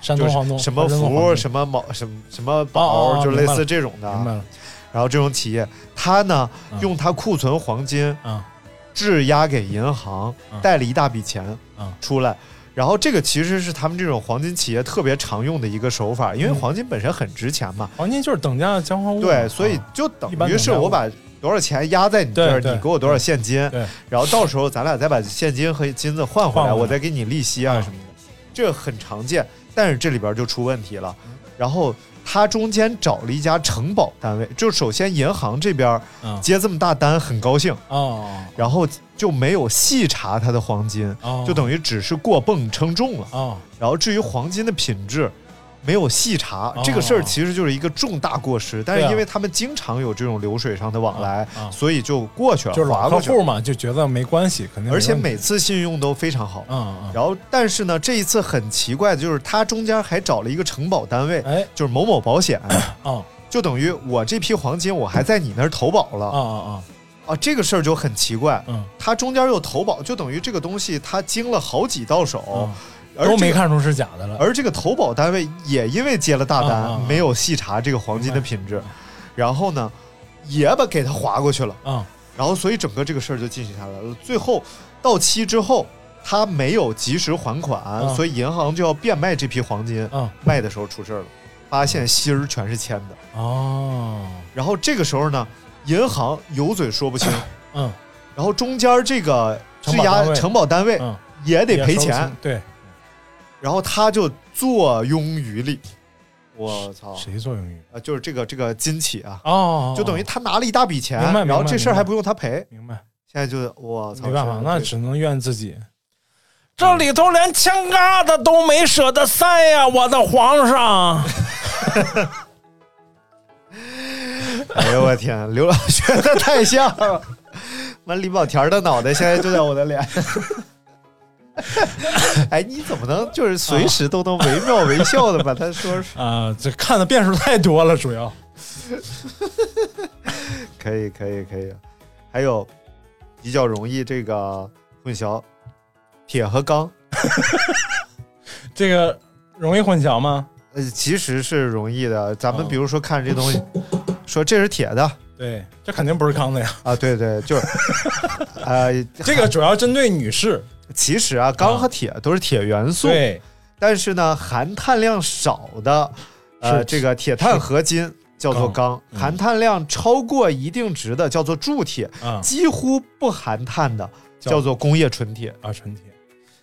Speaker 4: 山
Speaker 5: 就
Speaker 4: 东黄铜
Speaker 5: 是什么
Speaker 4: 山东
Speaker 5: 福
Speaker 4: 黄铜
Speaker 5: 什么宝什么什么宝，
Speaker 4: 哦哦哦
Speaker 5: 就类
Speaker 4: 明白
Speaker 5: 似
Speaker 4: 了
Speaker 5: 这种的
Speaker 4: 明白
Speaker 5: 啊。
Speaker 4: 了
Speaker 5: 然后这种企业，它呢
Speaker 4: 嗯
Speaker 5: 用它库存黄金
Speaker 4: 啊
Speaker 5: 质押给银行，
Speaker 4: 嗯
Speaker 5: 贷了一大笔钱
Speaker 4: 嗯
Speaker 5: 出来。然后这个其实是他们这种黄金企业特别常用的一个手法，因为
Speaker 4: 嗯
Speaker 5: 黄金本身很值钱嘛。
Speaker 4: 黄金就是等价交换物嘛，
Speaker 5: 对，所以
Speaker 4: 啊
Speaker 5: 就等
Speaker 4: 一般
Speaker 5: 于
Speaker 4: 等
Speaker 5: 是
Speaker 4: 价
Speaker 5: 我
Speaker 4: 物
Speaker 5: 把多少钱压在你这儿，
Speaker 4: 对对
Speaker 5: 你给我多少现金，
Speaker 4: 对
Speaker 5: 然后到时候咱俩再把现金和金子换回
Speaker 4: 换
Speaker 5: 来，
Speaker 4: 回来嗯
Speaker 5: 我再给你利息啊什么的，这很常见。但是这里边就出问题了，然后他中间找了一家承保单位，就首先银行这边
Speaker 4: 嗯
Speaker 5: 接这么大单很高兴，
Speaker 4: 哦
Speaker 5: 然后就没有细查他的黄金，
Speaker 4: 哦，
Speaker 5: 就等于只是过泵称重了。
Speaker 4: 哦
Speaker 5: 然后至于黄金的品质，没有细查
Speaker 4: 哦，
Speaker 5: 这个事儿其实就是一个重大过失。但是
Speaker 4: 对啊
Speaker 5: 因为他们经常有这种流水上的往来
Speaker 4: 啊啊，
Speaker 5: 所以就过去了，
Speaker 4: 就是
Speaker 5: 划
Speaker 4: 老
Speaker 5: 过
Speaker 4: 客
Speaker 5: 去了。
Speaker 4: 户嘛，就觉得没关系，肯定没问
Speaker 5: 而
Speaker 4: 题。
Speaker 5: 且每次信用都非常好。
Speaker 4: 嗯嗯，
Speaker 5: 然后，但是呢，这一次很奇怪的就是，他中间还找了一个承保单位，
Speaker 4: 哎，
Speaker 5: 就是某某保 险，
Speaker 4: 哦
Speaker 5: 就等于我这批黄金我还在你那儿投保
Speaker 4: 哦
Speaker 5: 了
Speaker 4: 哦
Speaker 5: 啊，这个事儿就很奇怪
Speaker 4: 哦，。嗯，
Speaker 5: 他中间又投保，就等于这个东西他经了好几道手
Speaker 4: 嗯，
Speaker 5: 哦而
Speaker 4: 都
Speaker 5: 这
Speaker 4: 没
Speaker 5: 个
Speaker 4: 看出是假的了。
Speaker 5: 而这个投保单位也因为接了大单，
Speaker 4: 啊啊啊
Speaker 5: 没有细查这个黄金的品质，然后呢，也把给他划过去了，
Speaker 4: 嗯
Speaker 5: 然后所以整个这个事儿就进行下来了。最后到期之后，他没有及时还款，
Speaker 4: 啊
Speaker 5: 所以银行就要变卖这批黄金。
Speaker 4: 嗯
Speaker 5: 卖的时候出事儿了，发现芯儿全是铅的。
Speaker 4: 哦
Speaker 5: 然后这个时候呢，银行有嘴说不清，
Speaker 4: 嗯
Speaker 5: 然后中间这个质
Speaker 4: 承保单
Speaker 5: 押
Speaker 4: 位
Speaker 5: 承保单位
Speaker 4: 嗯，
Speaker 5: 也得
Speaker 4: 也
Speaker 5: 赔
Speaker 4: 收不
Speaker 5: 钱
Speaker 4: 清，。对，
Speaker 5: 然后他就坐拥于力。我操！
Speaker 4: 谁做英语？
Speaker 5: 啊，就是这个这个金企啊，
Speaker 4: 哦，
Speaker 5: 就等于他拿了一大笔钱，
Speaker 4: 明白
Speaker 5: 然
Speaker 4: 明白
Speaker 5: 后这事儿
Speaker 4: 明白
Speaker 5: 还不用他赔。
Speaker 4: 明白。
Speaker 5: 现在就我操，
Speaker 4: 没办法，
Speaker 5: 是
Speaker 4: 那只能怨自己。这里头连枪疙瘩都没舍得塞呀、我的皇上！
Speaker 5: 哎呦我天，刘老学的太像了，妈李保田的脑袋现在就在我的脸。 哎，你怎么能就是随时都能惟妙惟肖的把他说出？
Speaker 4: 啊、这看的变数太多了，主要。
Speaker 5: 可以，可以，可以。还有比较容易这个混淆，铁和钢，
Speaker 4: 这个容易混淆吗？
Speaker 5: 呃，其实是容易的。咱们
Speaker 4: 哦
Speaker 5: 比如说看这东西，说这是铁的，
Speaker 4: 对，这肯定不是康 的呀。
Speaker 5: 啊，对对，就是，呃，
Speaker 4: 这个主要针对女士。
Speaker 5: 其实啊，钢和铁都是铁元素，
Speaker 4: 啊对，
Speaker 5: 但是呢，含碳量少的，呃，
Speaker 4: 是
Speaker 5: 这个铁碳合金叫做钢，
Speaker 4: 嗯
Speaker 5: 含碳量超过一定值的叫做铸铁，
Speaker 4: 啊、
Speaker 5: 几乎不含碳的
Speaker 4: 叫
Speaker 5: 叫做工业纯铁。
Speaker 4: 啊，纯铁。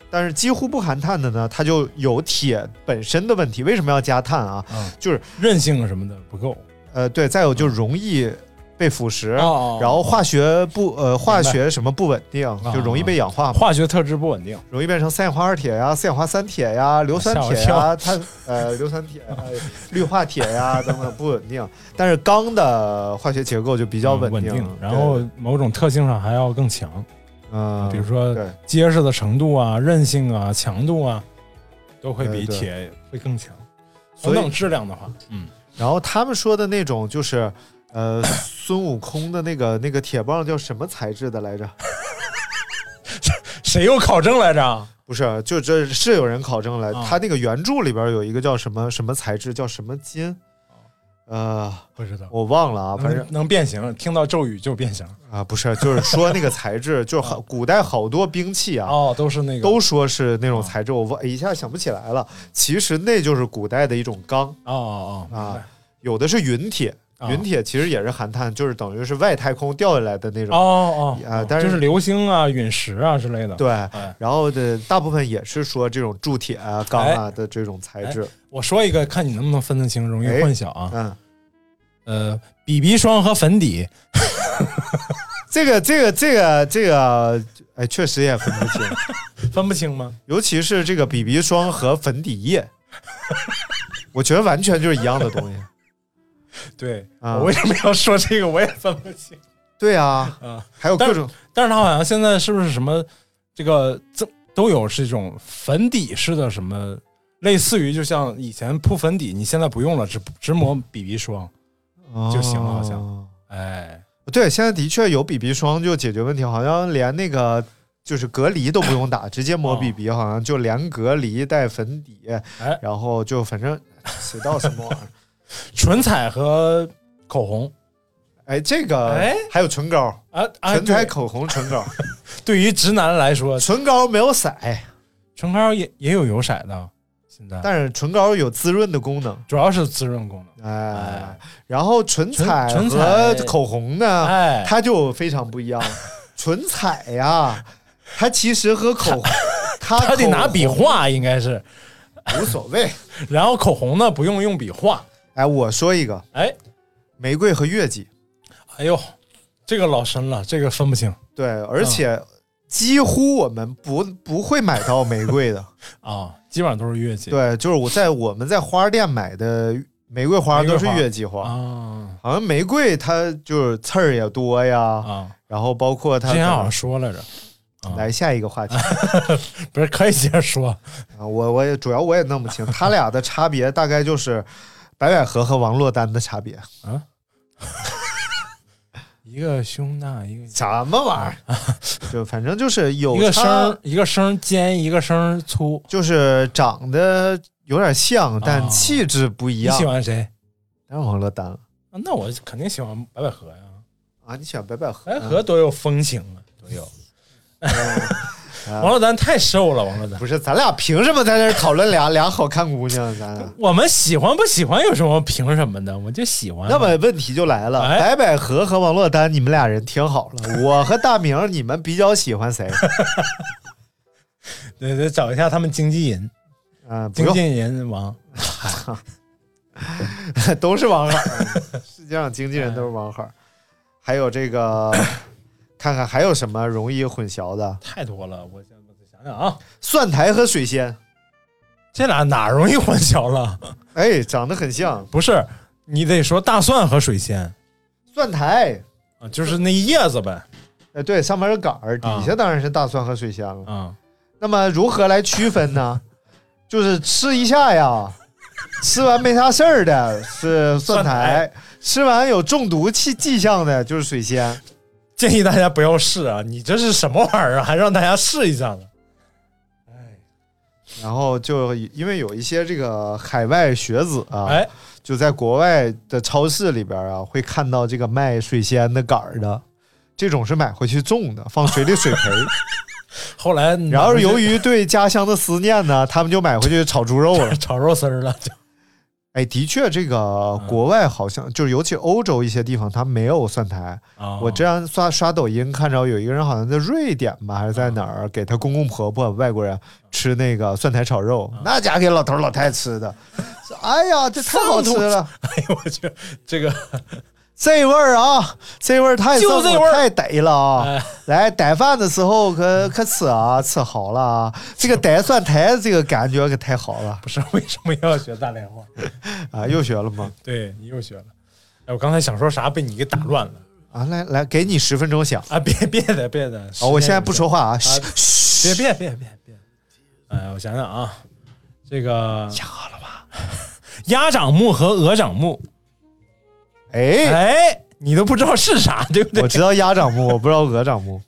Speaker 5: 但是几乎不含碳的呢，它就有铁本身的问题。为什么要加碳啊？
Speaker 4: 啊，
Speaker 5: 就是
Speaker 4: 韧性什么的不够。
Speaker 5: 呃，对，再有就容易被腐蚀。
Speaker 4: 嗯哦
Speaker 5: 然后化学不呃化
Speaker 4: 明白啊
Speaker 5: 学什么不稳定，就容易被氧化嘛。
Speaker 4: 化学特质不稳定。
Speaker 5: 容易变成三氧化二铁呀、四氧化三铁呀、硫酸铁
Speaker 4: 吓
Speaker 5: 呀、碳呃硫酸铁、呀、氯化铁呀等等不稳定。但是钢的化学结构就比
Speaker 4: 比
Speaker 5: 较稳
Speaker 4: 嗯定，
Speaker 5: 定，
Speaker 4: 然后某种特性上还要更强，
Speaker 5: 嗯，
Speaker 4: 比如说
Speaker 5: 对
Speaker 4: 结实的程度啊、韧性啊、强度啊，都会
Speaker 5: 对
Speaker 4: 比
Speaker 5: 对
Speaker 4: 铁会更强。
Speaker 5: 所
Speaker 4: 同
Speaker 5: 以
Speaker 4: 等质量的话，嗯，
Speaker 5: 然后他们说的那种就是呃孙悟空的那个那个铁棒叫什么材质的来着？
Speaker 4: 谁又考证来着？
Speaker 5: 不是，就这是有人考证了，
Speaker 4: 啊
Speaker 5: 他那个原著里边有一个叫什么什么材质，叫什么
Speaker 4: 哦
Speaker 5: 金，呃，
Speaker 4: 不知道，
Speaker 5: 我忘了啊，反正
Speaker 4: 能能变形，听到咒语就变形。
Speaker 5: 啊不是，就是说那个材质，就是好古代好多兵器啊，
Speaker 4: 啊哦，都是那个，哦
Speaker 5: 都说是那种材质，我忘一下想不起来了。其实那就是古代的一种钢，
Speaker 4: 哦哦哦
Speaker 5: 啊
Speaker 4: 明白
Speaker 5: 有的是云铁，
Speaker 4: 啊
Speaker 5: 云铁其实也是含碳，就是等于是外太空掉下来的那种。
Speaker 4: 哦哦
Speaker 5: 啊
Speaker 4: 哦，
Speaker 5: 但是
Speaker 4: 就是流星啊、陨石啊之类的。，
Speaker 5: 对，
Speaker 4: 哎，
Speaker 5: 然后的大部分也是说这种铸铁啊、钢
Speaker 4: 哎
Speaker 5: 啊的这种材质。
Speaker 4: 我说一个，看你能不能分得清，容易
Speaker 5: 哎
Speaker 4: 混淆啊。
Speaker 5: 嗯，
Speaker 4: 呃，BB 霜和粉底，
Speaker 5: 这个、这个、这个、这个，哎，确实也分不清，
Speaker 4: 分不清吗？
Speaker 5: 尤其是这个 BB 霜和粉底液，我觉得完全就是一样的东西。
Speaker 4: 对，
Speaker 5: 啊
Speaker 4: 我为什么要说这个？我也分不清。
Speaker 5: 对啊，
Speaker 4: 啊
Speaker 5: 还有各种
Speaker 4: 但是它好像现在是不是什么这个增都有是一种粉底式的什么，类似于就像以前铺粉底，你现在不用了，只只抹 BB 霜。就行了好像
Speaker 5: 哦
Speaker 4: 哎，
Speaker 5: 对，现在的确有 BB 霜就解决问题，好像连那个就是隔离都不用打，直接抹
Speaker 4: 哦
Speaker 5: BB，好像就连隔离带粉底，
Speaker 4: 哎
Speaker 5: 然后就反正谁知道什么玩意儿？
Speaker 4: 唇彩和口红，
Speaker 5: 哎，这个
Speaker 4: 哎
Speaker 5: 还有唇膏，
Speaker 4: 啊啊，
Speaker 5: 唇彩、
Speaker 4: 对
Speaker 5: 口红、唇 膏，
Speaker 4: 对于直男来说，
Speaker 5: 唇膏没有色，
Speaker 4: 唇膏也也有有色的，现在，
Speaker 5: 但是唇膏有滋润的功能，
Speaker 4: 主要是滋润功能。
Speaker 5: 哎，然后唇彩
Speaker 4: 唇唇
Speaker 5: 和
Speaker 4: 彩
Speaker 5: 口红呢，
Speaker 4: 哎，
Speaker 5: 它就非常不一 样了。唇彩呀、它其实和口红，它
Speaker 4: 他得
Speaker 5: 口
Speaker 4: 拿笔
Speaker 5: 红
Speaker 4: 画，应该是。
Speaker 5: 无所谓。
Speaker 4: 然后口红呢，不用用笔画。
Speaker 5: 哎，我说一个，
Speaker 4: 哎，
Speaker 5: 玫瑰和月季，
Speaker 4: 哎呦，这个老深了，这个分不清
Speaker 5: 对，
Speaker 4: 嗯
Speaker 5: 而且几乎我们不不会买到玫瑰 的，
Speaker 4: 啊，基本上都是月季。
Speaker 5: 对，就是我在我们在花店买的玫瑰花
Speaker 4: 玫瑰
Speaker 5: 都是
Speaker 4: 花
Speaker 5: 月季花，
Speaker 4: 啊
Speaker 5: 好像玫瑰它就是刺儿也多呀，
Speaker 4: 啊，
Speaker 5: 然后包括它
Speaker 4: 之前好像说来着，啊
Speaker 5: 来下一个话题
Speaker 4: 不是可以接着说
Speaker 5: 啊，我我也主要我也弄不清，它俩的差别大概就是白百合和王珞丹的差别，
Speaker 4: 一个胸大一个。
Speaker 5: 什么玩意儿？就反正就是有
Speaker 4: 一个
Speaker 5: 差
Speaker 4: 声儿，一个声儿尖，一个声儿粗。
Speaker 5: 就是长得有点像，但
Speaker 4: 啊
Speaker 5: 气质不一
Speaker 4: 你
Speaker 5: 样。
Speaker 4: 喜欢谁？
Speaker 5: 当然王珞丹了
Speaker 4: 啊那我肯定喜欢白百合呀，
Speaker 5: 啊，你喜欢白百合？
Speaker 4: 白百合多有风情啊，多有。
Speaker 5: 啊
Speaker 4: 王珞丹太瘦了，王珞丹。
Speaker 5: 不是，咱俩凭什么在这儿讨论俩俩好看姑娘？啊咱俩
Speaker 4: 我们喜欢不喜欢有什么凭什么的？我就喜欢。
Speaker 5: 那么问题就来了，
Speaker 4: 哎
Speaker 5: 白百合和王珞丹，你们俩人听好了，我和大明，你们比较喜欢谁？
Speaker 4: 对得找一下他们经纪人，
Speaker 5: 嗯，不
Speaker 4: 经
Speaker 5: 用
Speaker 4: 纪，人王。
Speaker 5: 都是王海儿，世界上经纪人都是王海儿。还有这个，看看还有什么容易混淆的？
Speaker 4: 太多了，我想我想想啊，
Speaker 5: 蒜苔和水仙，
Speaker 4: 这俩哪容易混淆了？
Speaker 5: 哎，长得很像。
Speaker 4: 不是，你得说大蒜和水仙
Speaker 5: 蒜苔，
Speaker 4: 啊，就是那叶子呗
Speaker 5: 呃，对，上面是杆儿，底
Speaker 4: 啊
Speaker 5: 下当然是大蒜和水仙了。
Speaker 4: 啊。
Speaker 5: 那么如何来区分呢？就是吃一下呀，吃完没啥事儿的是蒜苔，吃完有中毒气迹象的就是水仙。
Speaker 4: 建议大家不要试啊，你这是什么玩意儿啊？还 让大家试一下呢？
Speaker 5: 然后就因为有一些这个海外学子啊，
Speaker 4: 哎，
Speaker 5: 就在国外的超市里边啊，会看到这个卖水仙的杆儿的。这种是买回去种的，放水里水培。
Speaker 4: 后来拿回去
Speaker 5: 然后由于对家乡的思念呢，他们就买回去炒猪肉 了。
Speaker 4: 炒肉丝儿了，就
Speaker 5: 哎，的确，这个国外好像就是，尤其欧洲一些地方，它没有蒜苔。
Speaker 4: 啊
Speaker 5: 我这样刷刷抖音，看着有一个人好像在瑞典吧，还是在哪儿，给他公公婆婆外国人吃那个蒜苔炒肉，那家给老头老太吃的，说哎呀，这太好吃了，
Speaker 4: 哎呦我去，这个
Speaker 5: 这味儿啊，这味儿太
Speaker 4: 就
Speaker 5: 正
Speaker 4: 这
Speaker 5: 了
Speaker 4: 味儿
Speaker 5: 太得了啊
Speaker 4: 哎！
Speaker 5: 来逮饭的时候可可吃啊，吃好了啊，这个逮蒜苔这个感觉可太好了
Speaker 4: 不是 为什么要学大连话？
Speaker 5: 啊！又学了吗？
Speaker 4: 对你又学了。哎，我刚才想说啥被你给打乱了
Speaker 5: 啊，来来，给你十分钟想。
Speaker 4: 啊！别 别的别的，
Speaker 5: 哦，我现在不说话啊，嘘
Speaker 4: 啊别别别别别！哎，我想想啊，这个想好了吧？ 鸭掌目和鹅掌目，
Speaker 5: 哎，
Speaker 4: 哎，你都不知道是啥，对不
Speaker 5: 我
Speaker 4: 对？
Speaker 5: 知道鸭掌目，我不知道鹅掌 目，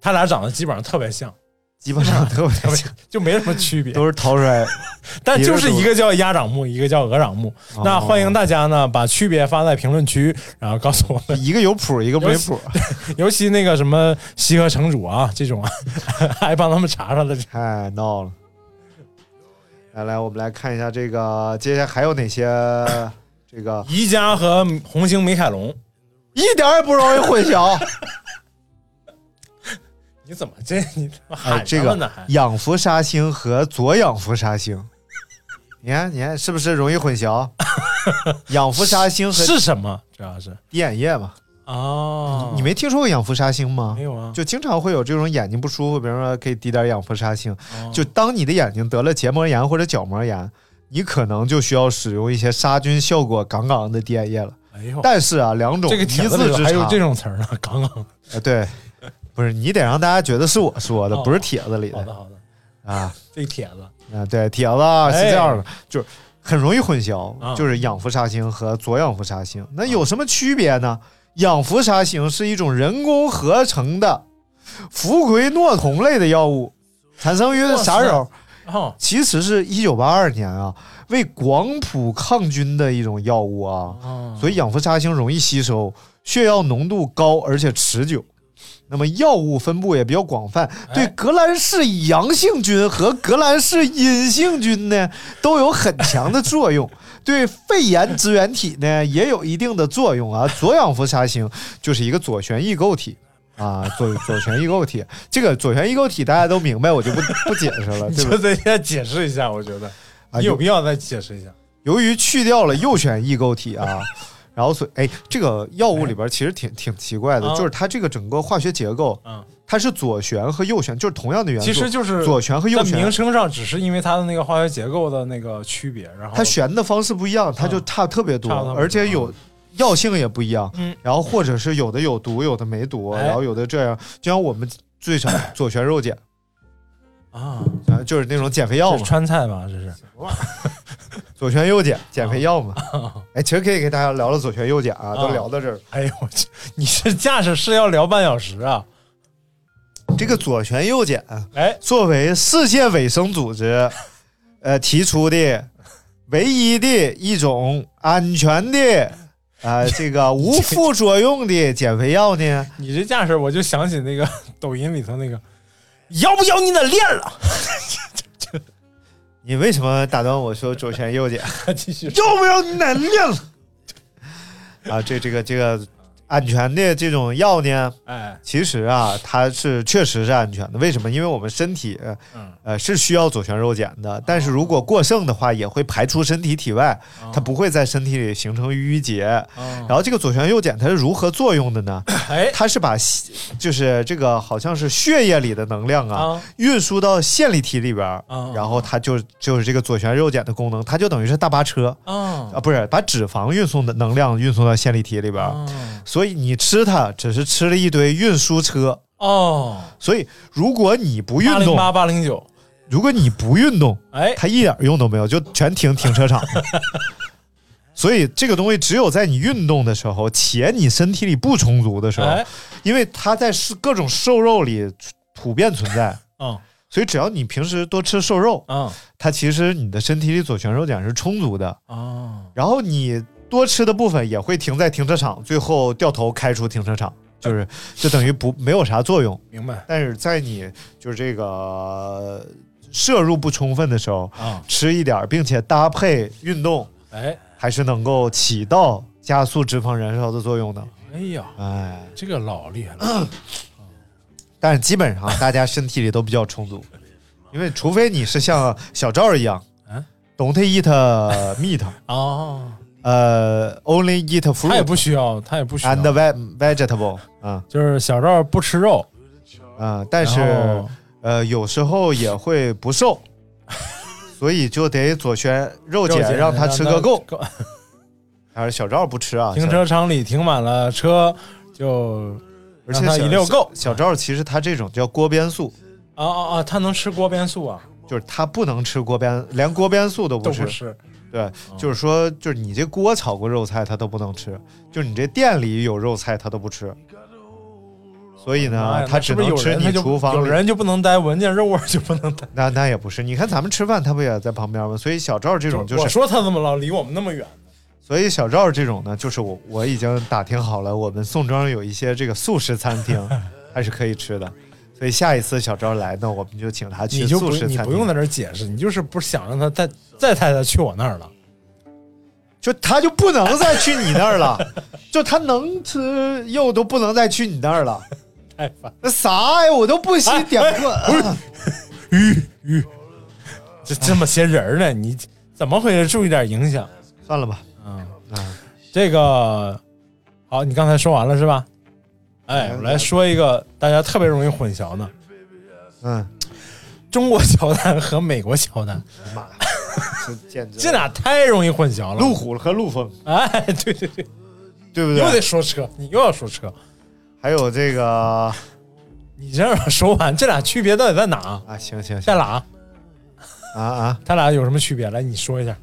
Speaker 4: 它俩长得基本上特别像，
Speaker 5: 基本上都
Speaker 4: 特别像， 就没什么区别，
Speaker 5: 都是掏出来。
Speaker 4: 但就是一个叫鸭掌目，一个叫鹅掌目。
Speaker 5: 哦
Speaker 4: 那欢迎大家呢把区别发在评论区，然后告诉我们，
Speaker 5: 一个有谱，一个没 谱。
Speaker 4: 尤其那个什么西河城主啊这种啊， 还帮他们查查了。
Speaker 5: 太哎闹了。来来，我们来看一下这个，接下来还有哪些这个
Speaker 4: 宜家和红星美凯龙，
Speaker 5: 一点儿也不容易混淆。
Speaker 4: 你怎么这你怎
Speaker 5: 哎，
Speaker 4: 么喊
Speaker 5: 这
Speaker 4: 他们呢
Speaker 5: 个
Speaker 4: 还？
Speaker 5: 仰伏杀星和左仰伏杀 星，你看你看是不是容易混淆？仰伏杀星和
Speaker 4: 是什么？主要是
Speaker 5: 滴眼液嘛，
Speaker 4: 哦，
Speaker 5: 你没听说过仰伏杀星吗
Speaker 4: 没？有啊？
Speaker 5: 就经常会有这种眼睛不舒服，比如说可以滴点养氟沙星。
Speaker 4: 哦
Speaker 5: 就当你的眼睛得了结膜炎或者角膜炎，你可能就需要使用一些杀菌效果杠杠的滴眼液了。
Speaker 4: 哎呦，
Speaker 5: 但是啊，两种
Speaker 4: 这个
Speaker 5: 一
Speaker 4: 帖
Speaker 5: 字
Speaker 4: 子里
Speaker 5: 之
Speaker 4: 还有
Speaker 5: 差
Speaker 4: 这，种词儿呢，杠 杠。
Speaker 5: 呃对，不是你得让大家觉得是我说的，
Speaker 4: 哦
Speaker 5: 不是帖子里
Speaker 4: 好的
Speaker 5: 的
Speaker 4: 好的，
Speaker 5: 啊
Speaker 4: 这帖子
Speaker 5: 啊，对，帖子啊是这样的，就是很容易混淆，
Speaker 4: 啊
Speaker 5: 就是仰氟沙星和左仰氟沙星，那有什么区别呢？仰氟沙星是一种人工合成的氟喹诺酮类的药物，产生于啥时候？
Speaker 4: 哦
Speaker 5: 其实是一九八二年啊，为广谱抗菌的一种药物啊，
Speaker 4: 哦，
Speaker 5: 所以仰氟沙星容易吸收，血药浓度高而且持久。那么药物分布也比较广泛，对革兰氏阳性菌和革兰氏阴性菌呢都有很强的作用，对肺炎支原体呢也有一定的作用啊。左氧氟沙星就是一个左旋异构体。啊，左左旋异构体，这个左旋异构体大家都明白，我就不不解释了，
Speaker 4: 你
Speaker 5: 对吧
Speaker 4: 就？得再解释一下，我觉得
Speaker 5: 啊
Speaker 4: 你
Speaker 5: 有
Speaker 4: 有必要再解释一下。
Speaker 5: 由于去掉了右旋异构体 啊，然后所以哎，这个药物里边其实挺挺奇怪的，
Speaker 4: 啊
Speaker 5: 就是它这个整个化学结构，
Speaker 4: 嗯，
Speaker 5: 它是左旋和右旋，就是同样的元素，
Speaker 4: 其实就是
Speaker 5: 左旋和右
Speaker 4: 在名
Speaker 5: 旋，
Speaker 4: 称上只是因为它的那个化学结构的那个区别，然后
Speaker 5: 它旋的方式不一样，它就差特别多，
Speaker 4: 嗯差得特别多
Speaker 5: 而且有。药性也不一样，
Speaker 4: 嗯
Speaker 5: 然后或者是有的有毒，有的没毒，啊
Speaker 4: 哎
Speaker 5: 然后有的这样，就像我们最常左旋肉碱，
Speaker 4: 啊，
Speaker 5: 啊就是那种减肥药嘛
Speaker 4: 这是，川菜吧？这是
Speaker 5: 左旋右碱减肥药嘛。
Speaker 4: 哦
Speaker 5: 哎，其实可以给大家聊聊左旋右碱啊，都
Speaker 4: 啊
Speaker 5: 聊到这儿了。
Speaker 4: 哎呦我去，你这架势是要聊半小时啊？
Speaker 5: 这个左旋右碱啊
Speaker 4: 哎，
Speaker 5: 作为世界卫生组织，呃提出的唯一的一种安全的，啊，这个无副作用的减肥药呢，
Speaker 4: 你这架势我就想起那个抖音里头那个，要不要你的 链儿了？
Speaker 5: 你为什么打断我说左旋右碱？
Speaker 4: 继续说
Speaker 5: 要不要奶练了？啊，这这个这个安全的这种药呢，
Speaker 4: 哎，
Speaker 5: 其实啊，它是确实是安全的。为什么？因为我们身体，
Speaker 4: 嗯
Speaker 5: 呃，是需要左旋肉碱的，但是如果过剩的话，也会排出身体体外，它不会在身体里形成淤结。然后这个左旋肉碱它是如何作用的呢？
Speaker 4: 哎
Speaker 5: 它是把血就是这个好像是血液里的能量啊，
Speaker 4: 啊
Speaker 5: 运输到线粒体里边儿，
Speaker 4: 啊
Speaker 5: 然后它就就是这个左旋肉碱的功能，它就等于是大巴车
Speaker 4: 啊
Speaker 5: 啊，不是把脂肪运送的能量运送到线粒体里边儿。所以你吃它，只是吃了一堆运输车。
Speaker 4: 哦，
Speaker 5: 所以如果你不运
Speaker 4: 八零
Speaker 5: 动，
Speaker 4: 八八零九，
Speaker 5: 如果你不运动，
Speaker 4: 哎，
Speaker 5: 它一点用都没有，就全停停车场。所以这个东西只有在你运动的时候，且你身体里不充足的时候，
Speaker 4: 哎，
Speaker 5: 因为它在是各种瘦肉里普遍存在，
Speaker 4: 嗯
Speaker 5: 所以只要你平时多吃瘦肉，
Speaker 4: 嗯
Speaker 5: 它其实你的身体里左旋肉碱是充足的，
Speaker 4: 哦，
Speaker 5: 然后你多吃的部分也会停在停车场，最后掉头开出停车场，就是就等于不没有啥作用。
Speaker 4: 明白
Speaker 5: 但是在你就是这个摄入不充分的时候，
Speaker 4: 啊，
Speaker 5: 吃一点儿，并且搭配运动，
Speaker 4: 哎，
Speaker 5: 还是能够起到加速脂肪燃烧的作用的。
Speaker 4: 哎呀，
Speaker 5: 哎，
Speaker 4: 这个老厉害了，
Speaker 5: 但是基本上大家身体里都比较充足，因为除非你是像小赵一样，
Speaker 4: 嗯
Speaker 5: 嗯，Don't eat meat，
Speaker 4: 哦，
Speaker 5: 呃，Only eat
Speaker 4: 他也
Speaker 5: fruit
Speaker 4: 不需要，他也不嗯需要
Speaker 5: and，ve- vegetable 啊、
Speaker 4: 就是小赵不吃肉，
Speaker 5: 啊、但
Speaker 4: 然
Speaker 5: 是
Speaker 4: 后
Speaker 5: 呃，有时候也会不瘦，所以就得左旋肉
Speaker 4: 肉
Speaker 5: 碱
Speaker 4: 碱
Speaker 5: 让他吃个够。
Speaker 4: 够。
Speaker 5: 还是小赵不吃啊，
Speaker 4: 停车场里停满了车，就
Speaker 5: 而且
Speaker 4: 让他
Speaker 5: 小
Speaker 4: 一溜够
Speaker 5: 小赵其实他这种叫锅边素，
Speaker 4: 啊啊啊，他能吃锅边素啊，
Speaker 5: 就是他不能吃锅边，连锅边素都不
Speaker 4: 都
Speaker 5: 吃。
Speaker 4: 不嗯吃
Speaker 5: 对，就是说，就是你这锅炒过肉菜他都不能吃，就是你这店里有肉菜他都不吃。所以
Speaker 4: 哎
Speaker 5: 呢，
Speaker 4: 呀
Speaker 5: 他只能吃你
Speaker 4: 那是不是有人他就
Speaker 5: 厨房
Speaker 4: 有
Speaker 5: 里。
Speaker 4: 人就不能待，闻见肉味儿就不能待。
Speaker 5: 那那也不是，你看咱们吃饭，他不也在旁边吗？所以小赵这 种就
Speaker 4: 我
Speaker 5: 是，
Speaker 4: 说他怎么老离我们那么远？
Speaker 5: 所以小赵这种呢，就是我我已经打听好了，我们宋庄有一些这个素食餐 厅还是可以吃的，所以下一次小赵来呢，我们就请他去
Speaker 4: 你就
Speaker 5: 素
Speaker 4: 不
Speaker 5: 食餐厅。
Speaker 4: 你不用在这儿解释，你就是不想让他再再带他去我那儿了。
Speaker 5: 就他就不能再去你那儿了，就他能吃肉都不能再去你那儿了，
Speaker 4: 太 烦了，
Speaker 5: 那啥呀，我都不惜
Speaker 4: 哎
Speaker 5: 啊点破。
Speaker 4: 这这么些人儿呢，你怎么回事？注意点影响。
Speaker 5: 算了吧，
Speaker 4: 这个好，你刚才说完了是吧？哎，我来说一个大家特别容易混淆的
Speaker 5: 嗯，
Speaker 4: 中国乔丹和美国乔丹，
Speaker 5: 妈，这简直
Speaker 4: 这俩太容易混淆了。
Speaker 5: 路虎和陆风，
Speaker 4: 哎，对对对，
Speaker 5: 对不
Speaker 4: 又得
Speaker 5: 对？
Speaker 4: 说车，你又要说车，
Speaker 5: 还有这个啊，
Speaker 4: 你这让我说完，这俩区别到底在哪？
Speaker 5: 行行
Speaker 4: 在
Speaker 5: 行
Speaker 4: 哪？
Speaker 5: 啊啊，
Speaker 4: 他俩有什么区别？来，你说一下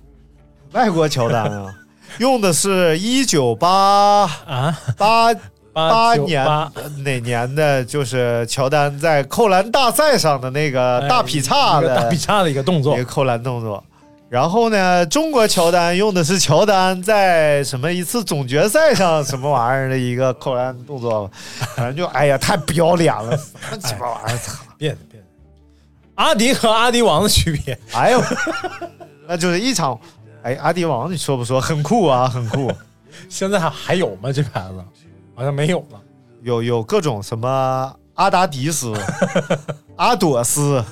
Speaker 5: 外国乔丹啊，用的是一九八
Speaker 4: 啊。
Speaker 5: 八
Speaker 4: 八九
Speaker 5: 年
Speaker 4: 八
Speaker 5: 呃哪年的，就是乔丹在扣篮大赛上的那个大劈叉
Speaker 4: 一个
Speaker 5: 的
Speaker 4: 哎大劈叉的一个动作
Speaker 5: 一个，扣篮动作。然后呢，中国乔丹用的是乔丹在什么一次总决赛上什么玩意儿的一个扣篮动作， 反正就哎呀太不要脸了，什么鸡巴玩意儿，操！
Speaker 4: 变的变的。阿迪和阿迪王的区别，
Speaker 5: 哎呦，那就是一场，哎，阿迪王你说不说？很酷啊，很酷，
Speaker 4: 现在还还有吗？这牌子好像没有了。
Speaker 5: 有有各种什么阿达迪 斯、阿朵斯，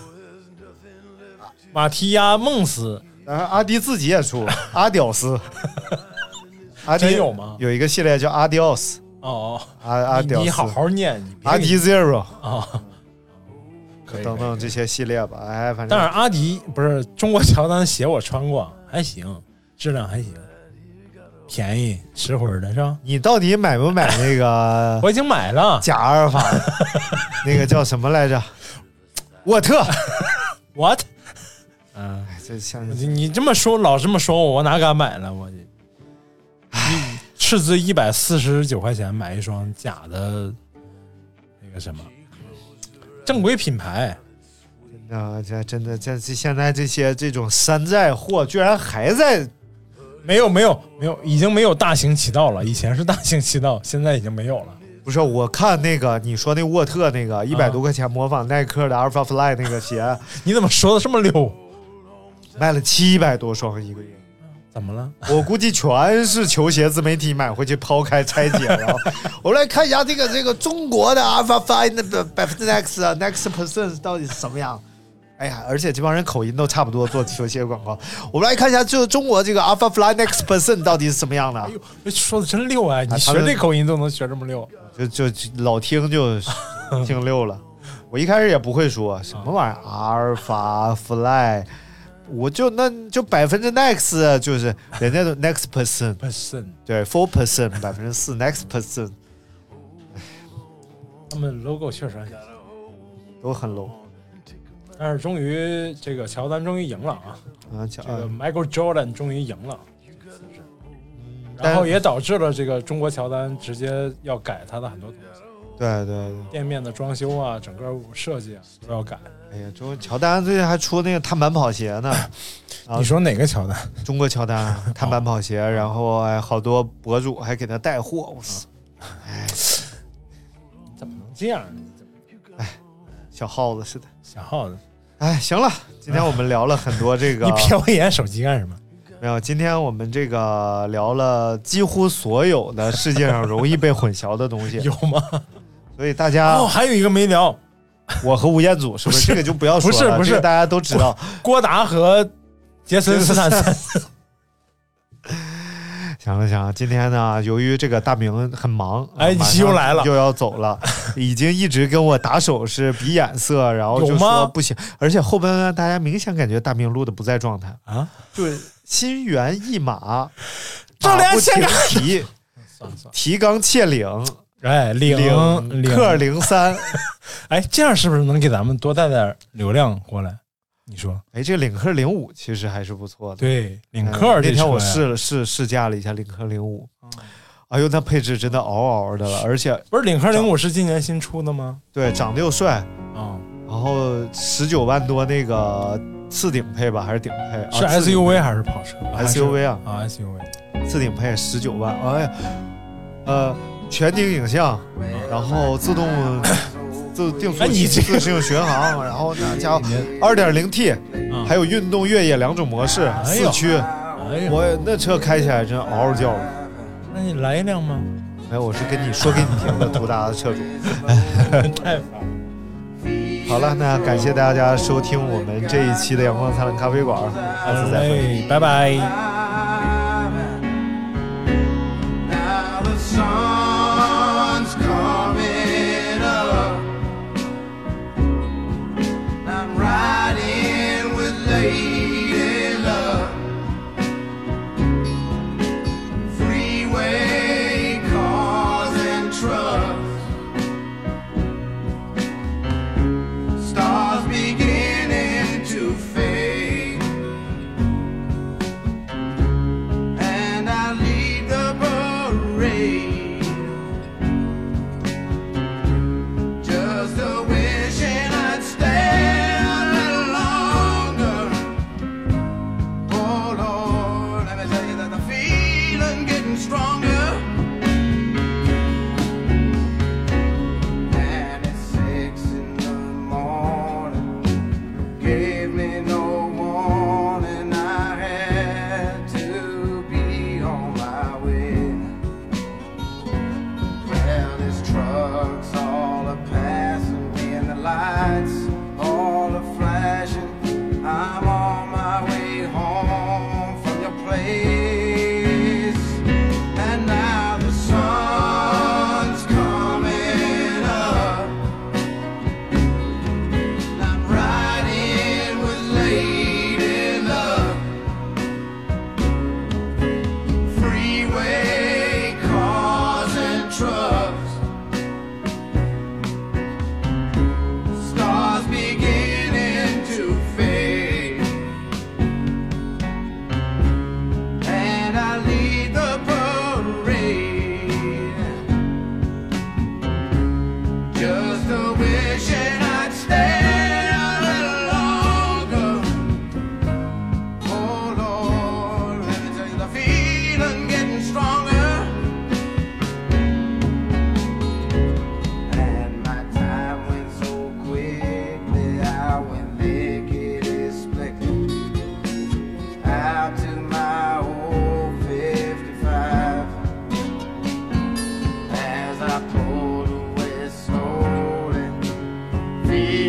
Speaker 4: 马提亚梦斯
Speaker 5: 然后阿迪自己也出阿屌 丝，阿迪
Speaker 4: 真有吗
Speaker 5: 有一个系列叫阿迪奥斯，
Speaker 4: 哦，
Speaker 5: 阿阿
Speaker 4: 你
Speaker 5: 屌
Speaker 4: 你好
Speaker 5: 丝，
Speaker 4: 好念，你别
Speaker 5: 阿迪 Zero
Speaker 4: 啊，可以
Speaker 5: 等等这些系列吧，哎，反正
Speaker 4: 但是阿迪不是中国乔丹鞋，我穿过，还行，质量还行，便宜实惠的是吧？
Speaker 5: 你到底买不买那 个
Speaker 4: 我已经买了，
Speaker 5: 假阿尔 法的？那个叫什么来着？沃 特，
Speaker 4: 我嗯，
Speaker 5: 哎这像
Speaker 4: 你你这么说，老这么说我，我哪敢买了？我这，你斥资一百四十九块钱买一双假的，那个什么正规品牌，
Speaker 5: 啊，这真的，这这现在这些这种山寨货居然还在
Speaker 4: 没有没有没有，已经没有大行其道了。以前是大行其道，现在已经没有了。
Speaker 5: 不是，我看那个你说那沃特那个一百多块钱模仿耐克的 Alpha Fly 那个鞋，
Speaker 4: 你怎么说的这么溜？
Speaker 5: 卖了七百多双一个月，
Speaker 4: 怎么了？
Speaker 5: 我估计全是球鞋自媒体买回去抛开拆解，然后 我来看一下这个这个中国的 Alpha Fly 那个百分之 Next 啊 Next Percent 到底是什么样。哎呀，而且这帮人口音都差不多，做球鞋广告。我们来看一下，就是中国这个 Alpha Fly Next Percent 到底是什么样的啊
Speaker 4: 哎。呦，这说的真溜啊！你学这口音都能学这么溜，
Speaker 5: 就就就老听 就听溜了。我一开始也不会说什么玩意儿，阿
Speaker 4: 啊
Speaker 5: 尔法 fly，我就那就百分之 next 就是人家的 next person，
Speaker 4: 不是
Speaker 5: 对 four person 百分之四 next person
Speaker 4: 他们 logo 确实很像。
Speaker 5: 都很 low
Speaker 4: 但是终于这个乔丹终于赢了啊！
Speaker 5: 啊，瞧
Speaker 4: 这个 Michael Jordan 终于赢了，
Speaker 5: 但
Speaker 4: 然后也导致了这个中国乔丹直接要改他的很多东西，
Speaker 5: 对对对，
Speaker 4: 店面的装修啊，整个设计啊都要改。
Speaker 5: 哎呀，中国乔丹最近还出那个碳板跑鞋呢，啊
Speaker 4: 你说哪个乔丹？
Speaker 5: 中国乔 丹碳
Speaker 4: 哦
Speaker 5: 板跑鞋，然后哎好多博主还给他带货，
Speaker 4: 哦
Speaker 5: 我操，
Speaker 4: 怎么能这样呢？
Speaker 5: 小耗子似的。
Speaker 4: 小耗子，
Speaker 5: 哎，行了，今天我们聊了很多这个，
Speaker 4: 你瞥我一眼手机干什么？
Speaker 5: 没有，今天我们这个聊了几乎所有的世界上容易被混淆的东西
Speaker 4: 有，吗？
Speaker 5: 所以大家，
Speaker 4: 哦，还有一个没聊，
Speaker 5: 我和吴彦祖是不
Speaker 4: 不
Speaker 5: 是
Speaker 4: 是
Speaker 5: 这个就不要说了？
Speaker 4: 不是不是
Speaker 5: 这个大家都知道。
Speaker 4: 郭达和杰森 斯坦森。
Speaker 5: 行了行了，今天呢，由于这个大明很忙，
Speaker 4: 哎
Speaker 5: 啊马上
Speaker 4: 又来了
Speaker 5: 又要走 了，已经一直跟我打手势、比眼色，然后
Speaker 4: 有
Speaker 5: 就说
Speaker 4: 吗
Speaker 5: 不行，而且后半段大家明显感觉大明录的不在状态
Speaker 4: 啊，
Speaker 5: 就是心猿意马，
Speaker 4: 这俩
Speaker 5: 马不
Speaker 4: 现
Speaker 5: 停
Speaker 4: 在
Speaker 5: 蹄，
Speaker 4: 算了算了，
Speaker 5: 提纲挈领，
Speaker 4: 哎，领
Speaker 5: 领克零三。
Speaker 4: 哎，这样是不是能给咱们多带点流量过来？你说
Speaker 5: 哎，这个领克零五其实还是不错的。
Speaker 4: 对？领
Speaker 5: 嗯，
Speaker 4: 克
Speaker 5: 那
Speaker 4: 这车呀
Speaker 5: 天我试了试试驾了一下领克零五，哎呦，那配置真的嗷嗷的了，而且
Speaker 4: 不是领克零五是今年新出的吗？
Speaker 5: 对长得又帅，
Speaker 4: 啊、
Speaker 5: 然后十九万多那个次顶配吧，还是顶配？啊
Speaker 4: 是
Speaker 5: 次顶
Speaker 4: SUV 还是跑车还是
Speaker 5: SUV 啊，
Speaker 4: 啊？SUV
Speaker 5: 次顶配十九万，哎呀，呃，全景影像，然后自动自定速、
Speaker 4: 哎你这
Speaker 5: 自适应巡航，然后那家伙二点零 T，
Speaker 4: 啊
Speaker 5: 还有运动、越野两种模式，
Speaker 4: 哎
Speaker 5: 四
Speaker 4: 呦
Speaker 5: 驱。
Speaker 4: 哎呀，
Speaker 5: 我那车开起来真嗷嗷叫，
Speaker 4: 那你来一辆吗？
Speaker 5: 哎，我是跟你说给你听的，途达的车主。
Speaker 4: 太烦了，
Speaker 5: 好了，那感谢大家收听我们这一期的阳光灿烂咖啡馆，下次再会。
Speaker 4: 哎，拜拜。
Speaker 7: Now the sun's coming up. I'm riding with Lady Love. Freeway cars and trucks. Stars beginning to fade. Oh, Oh, me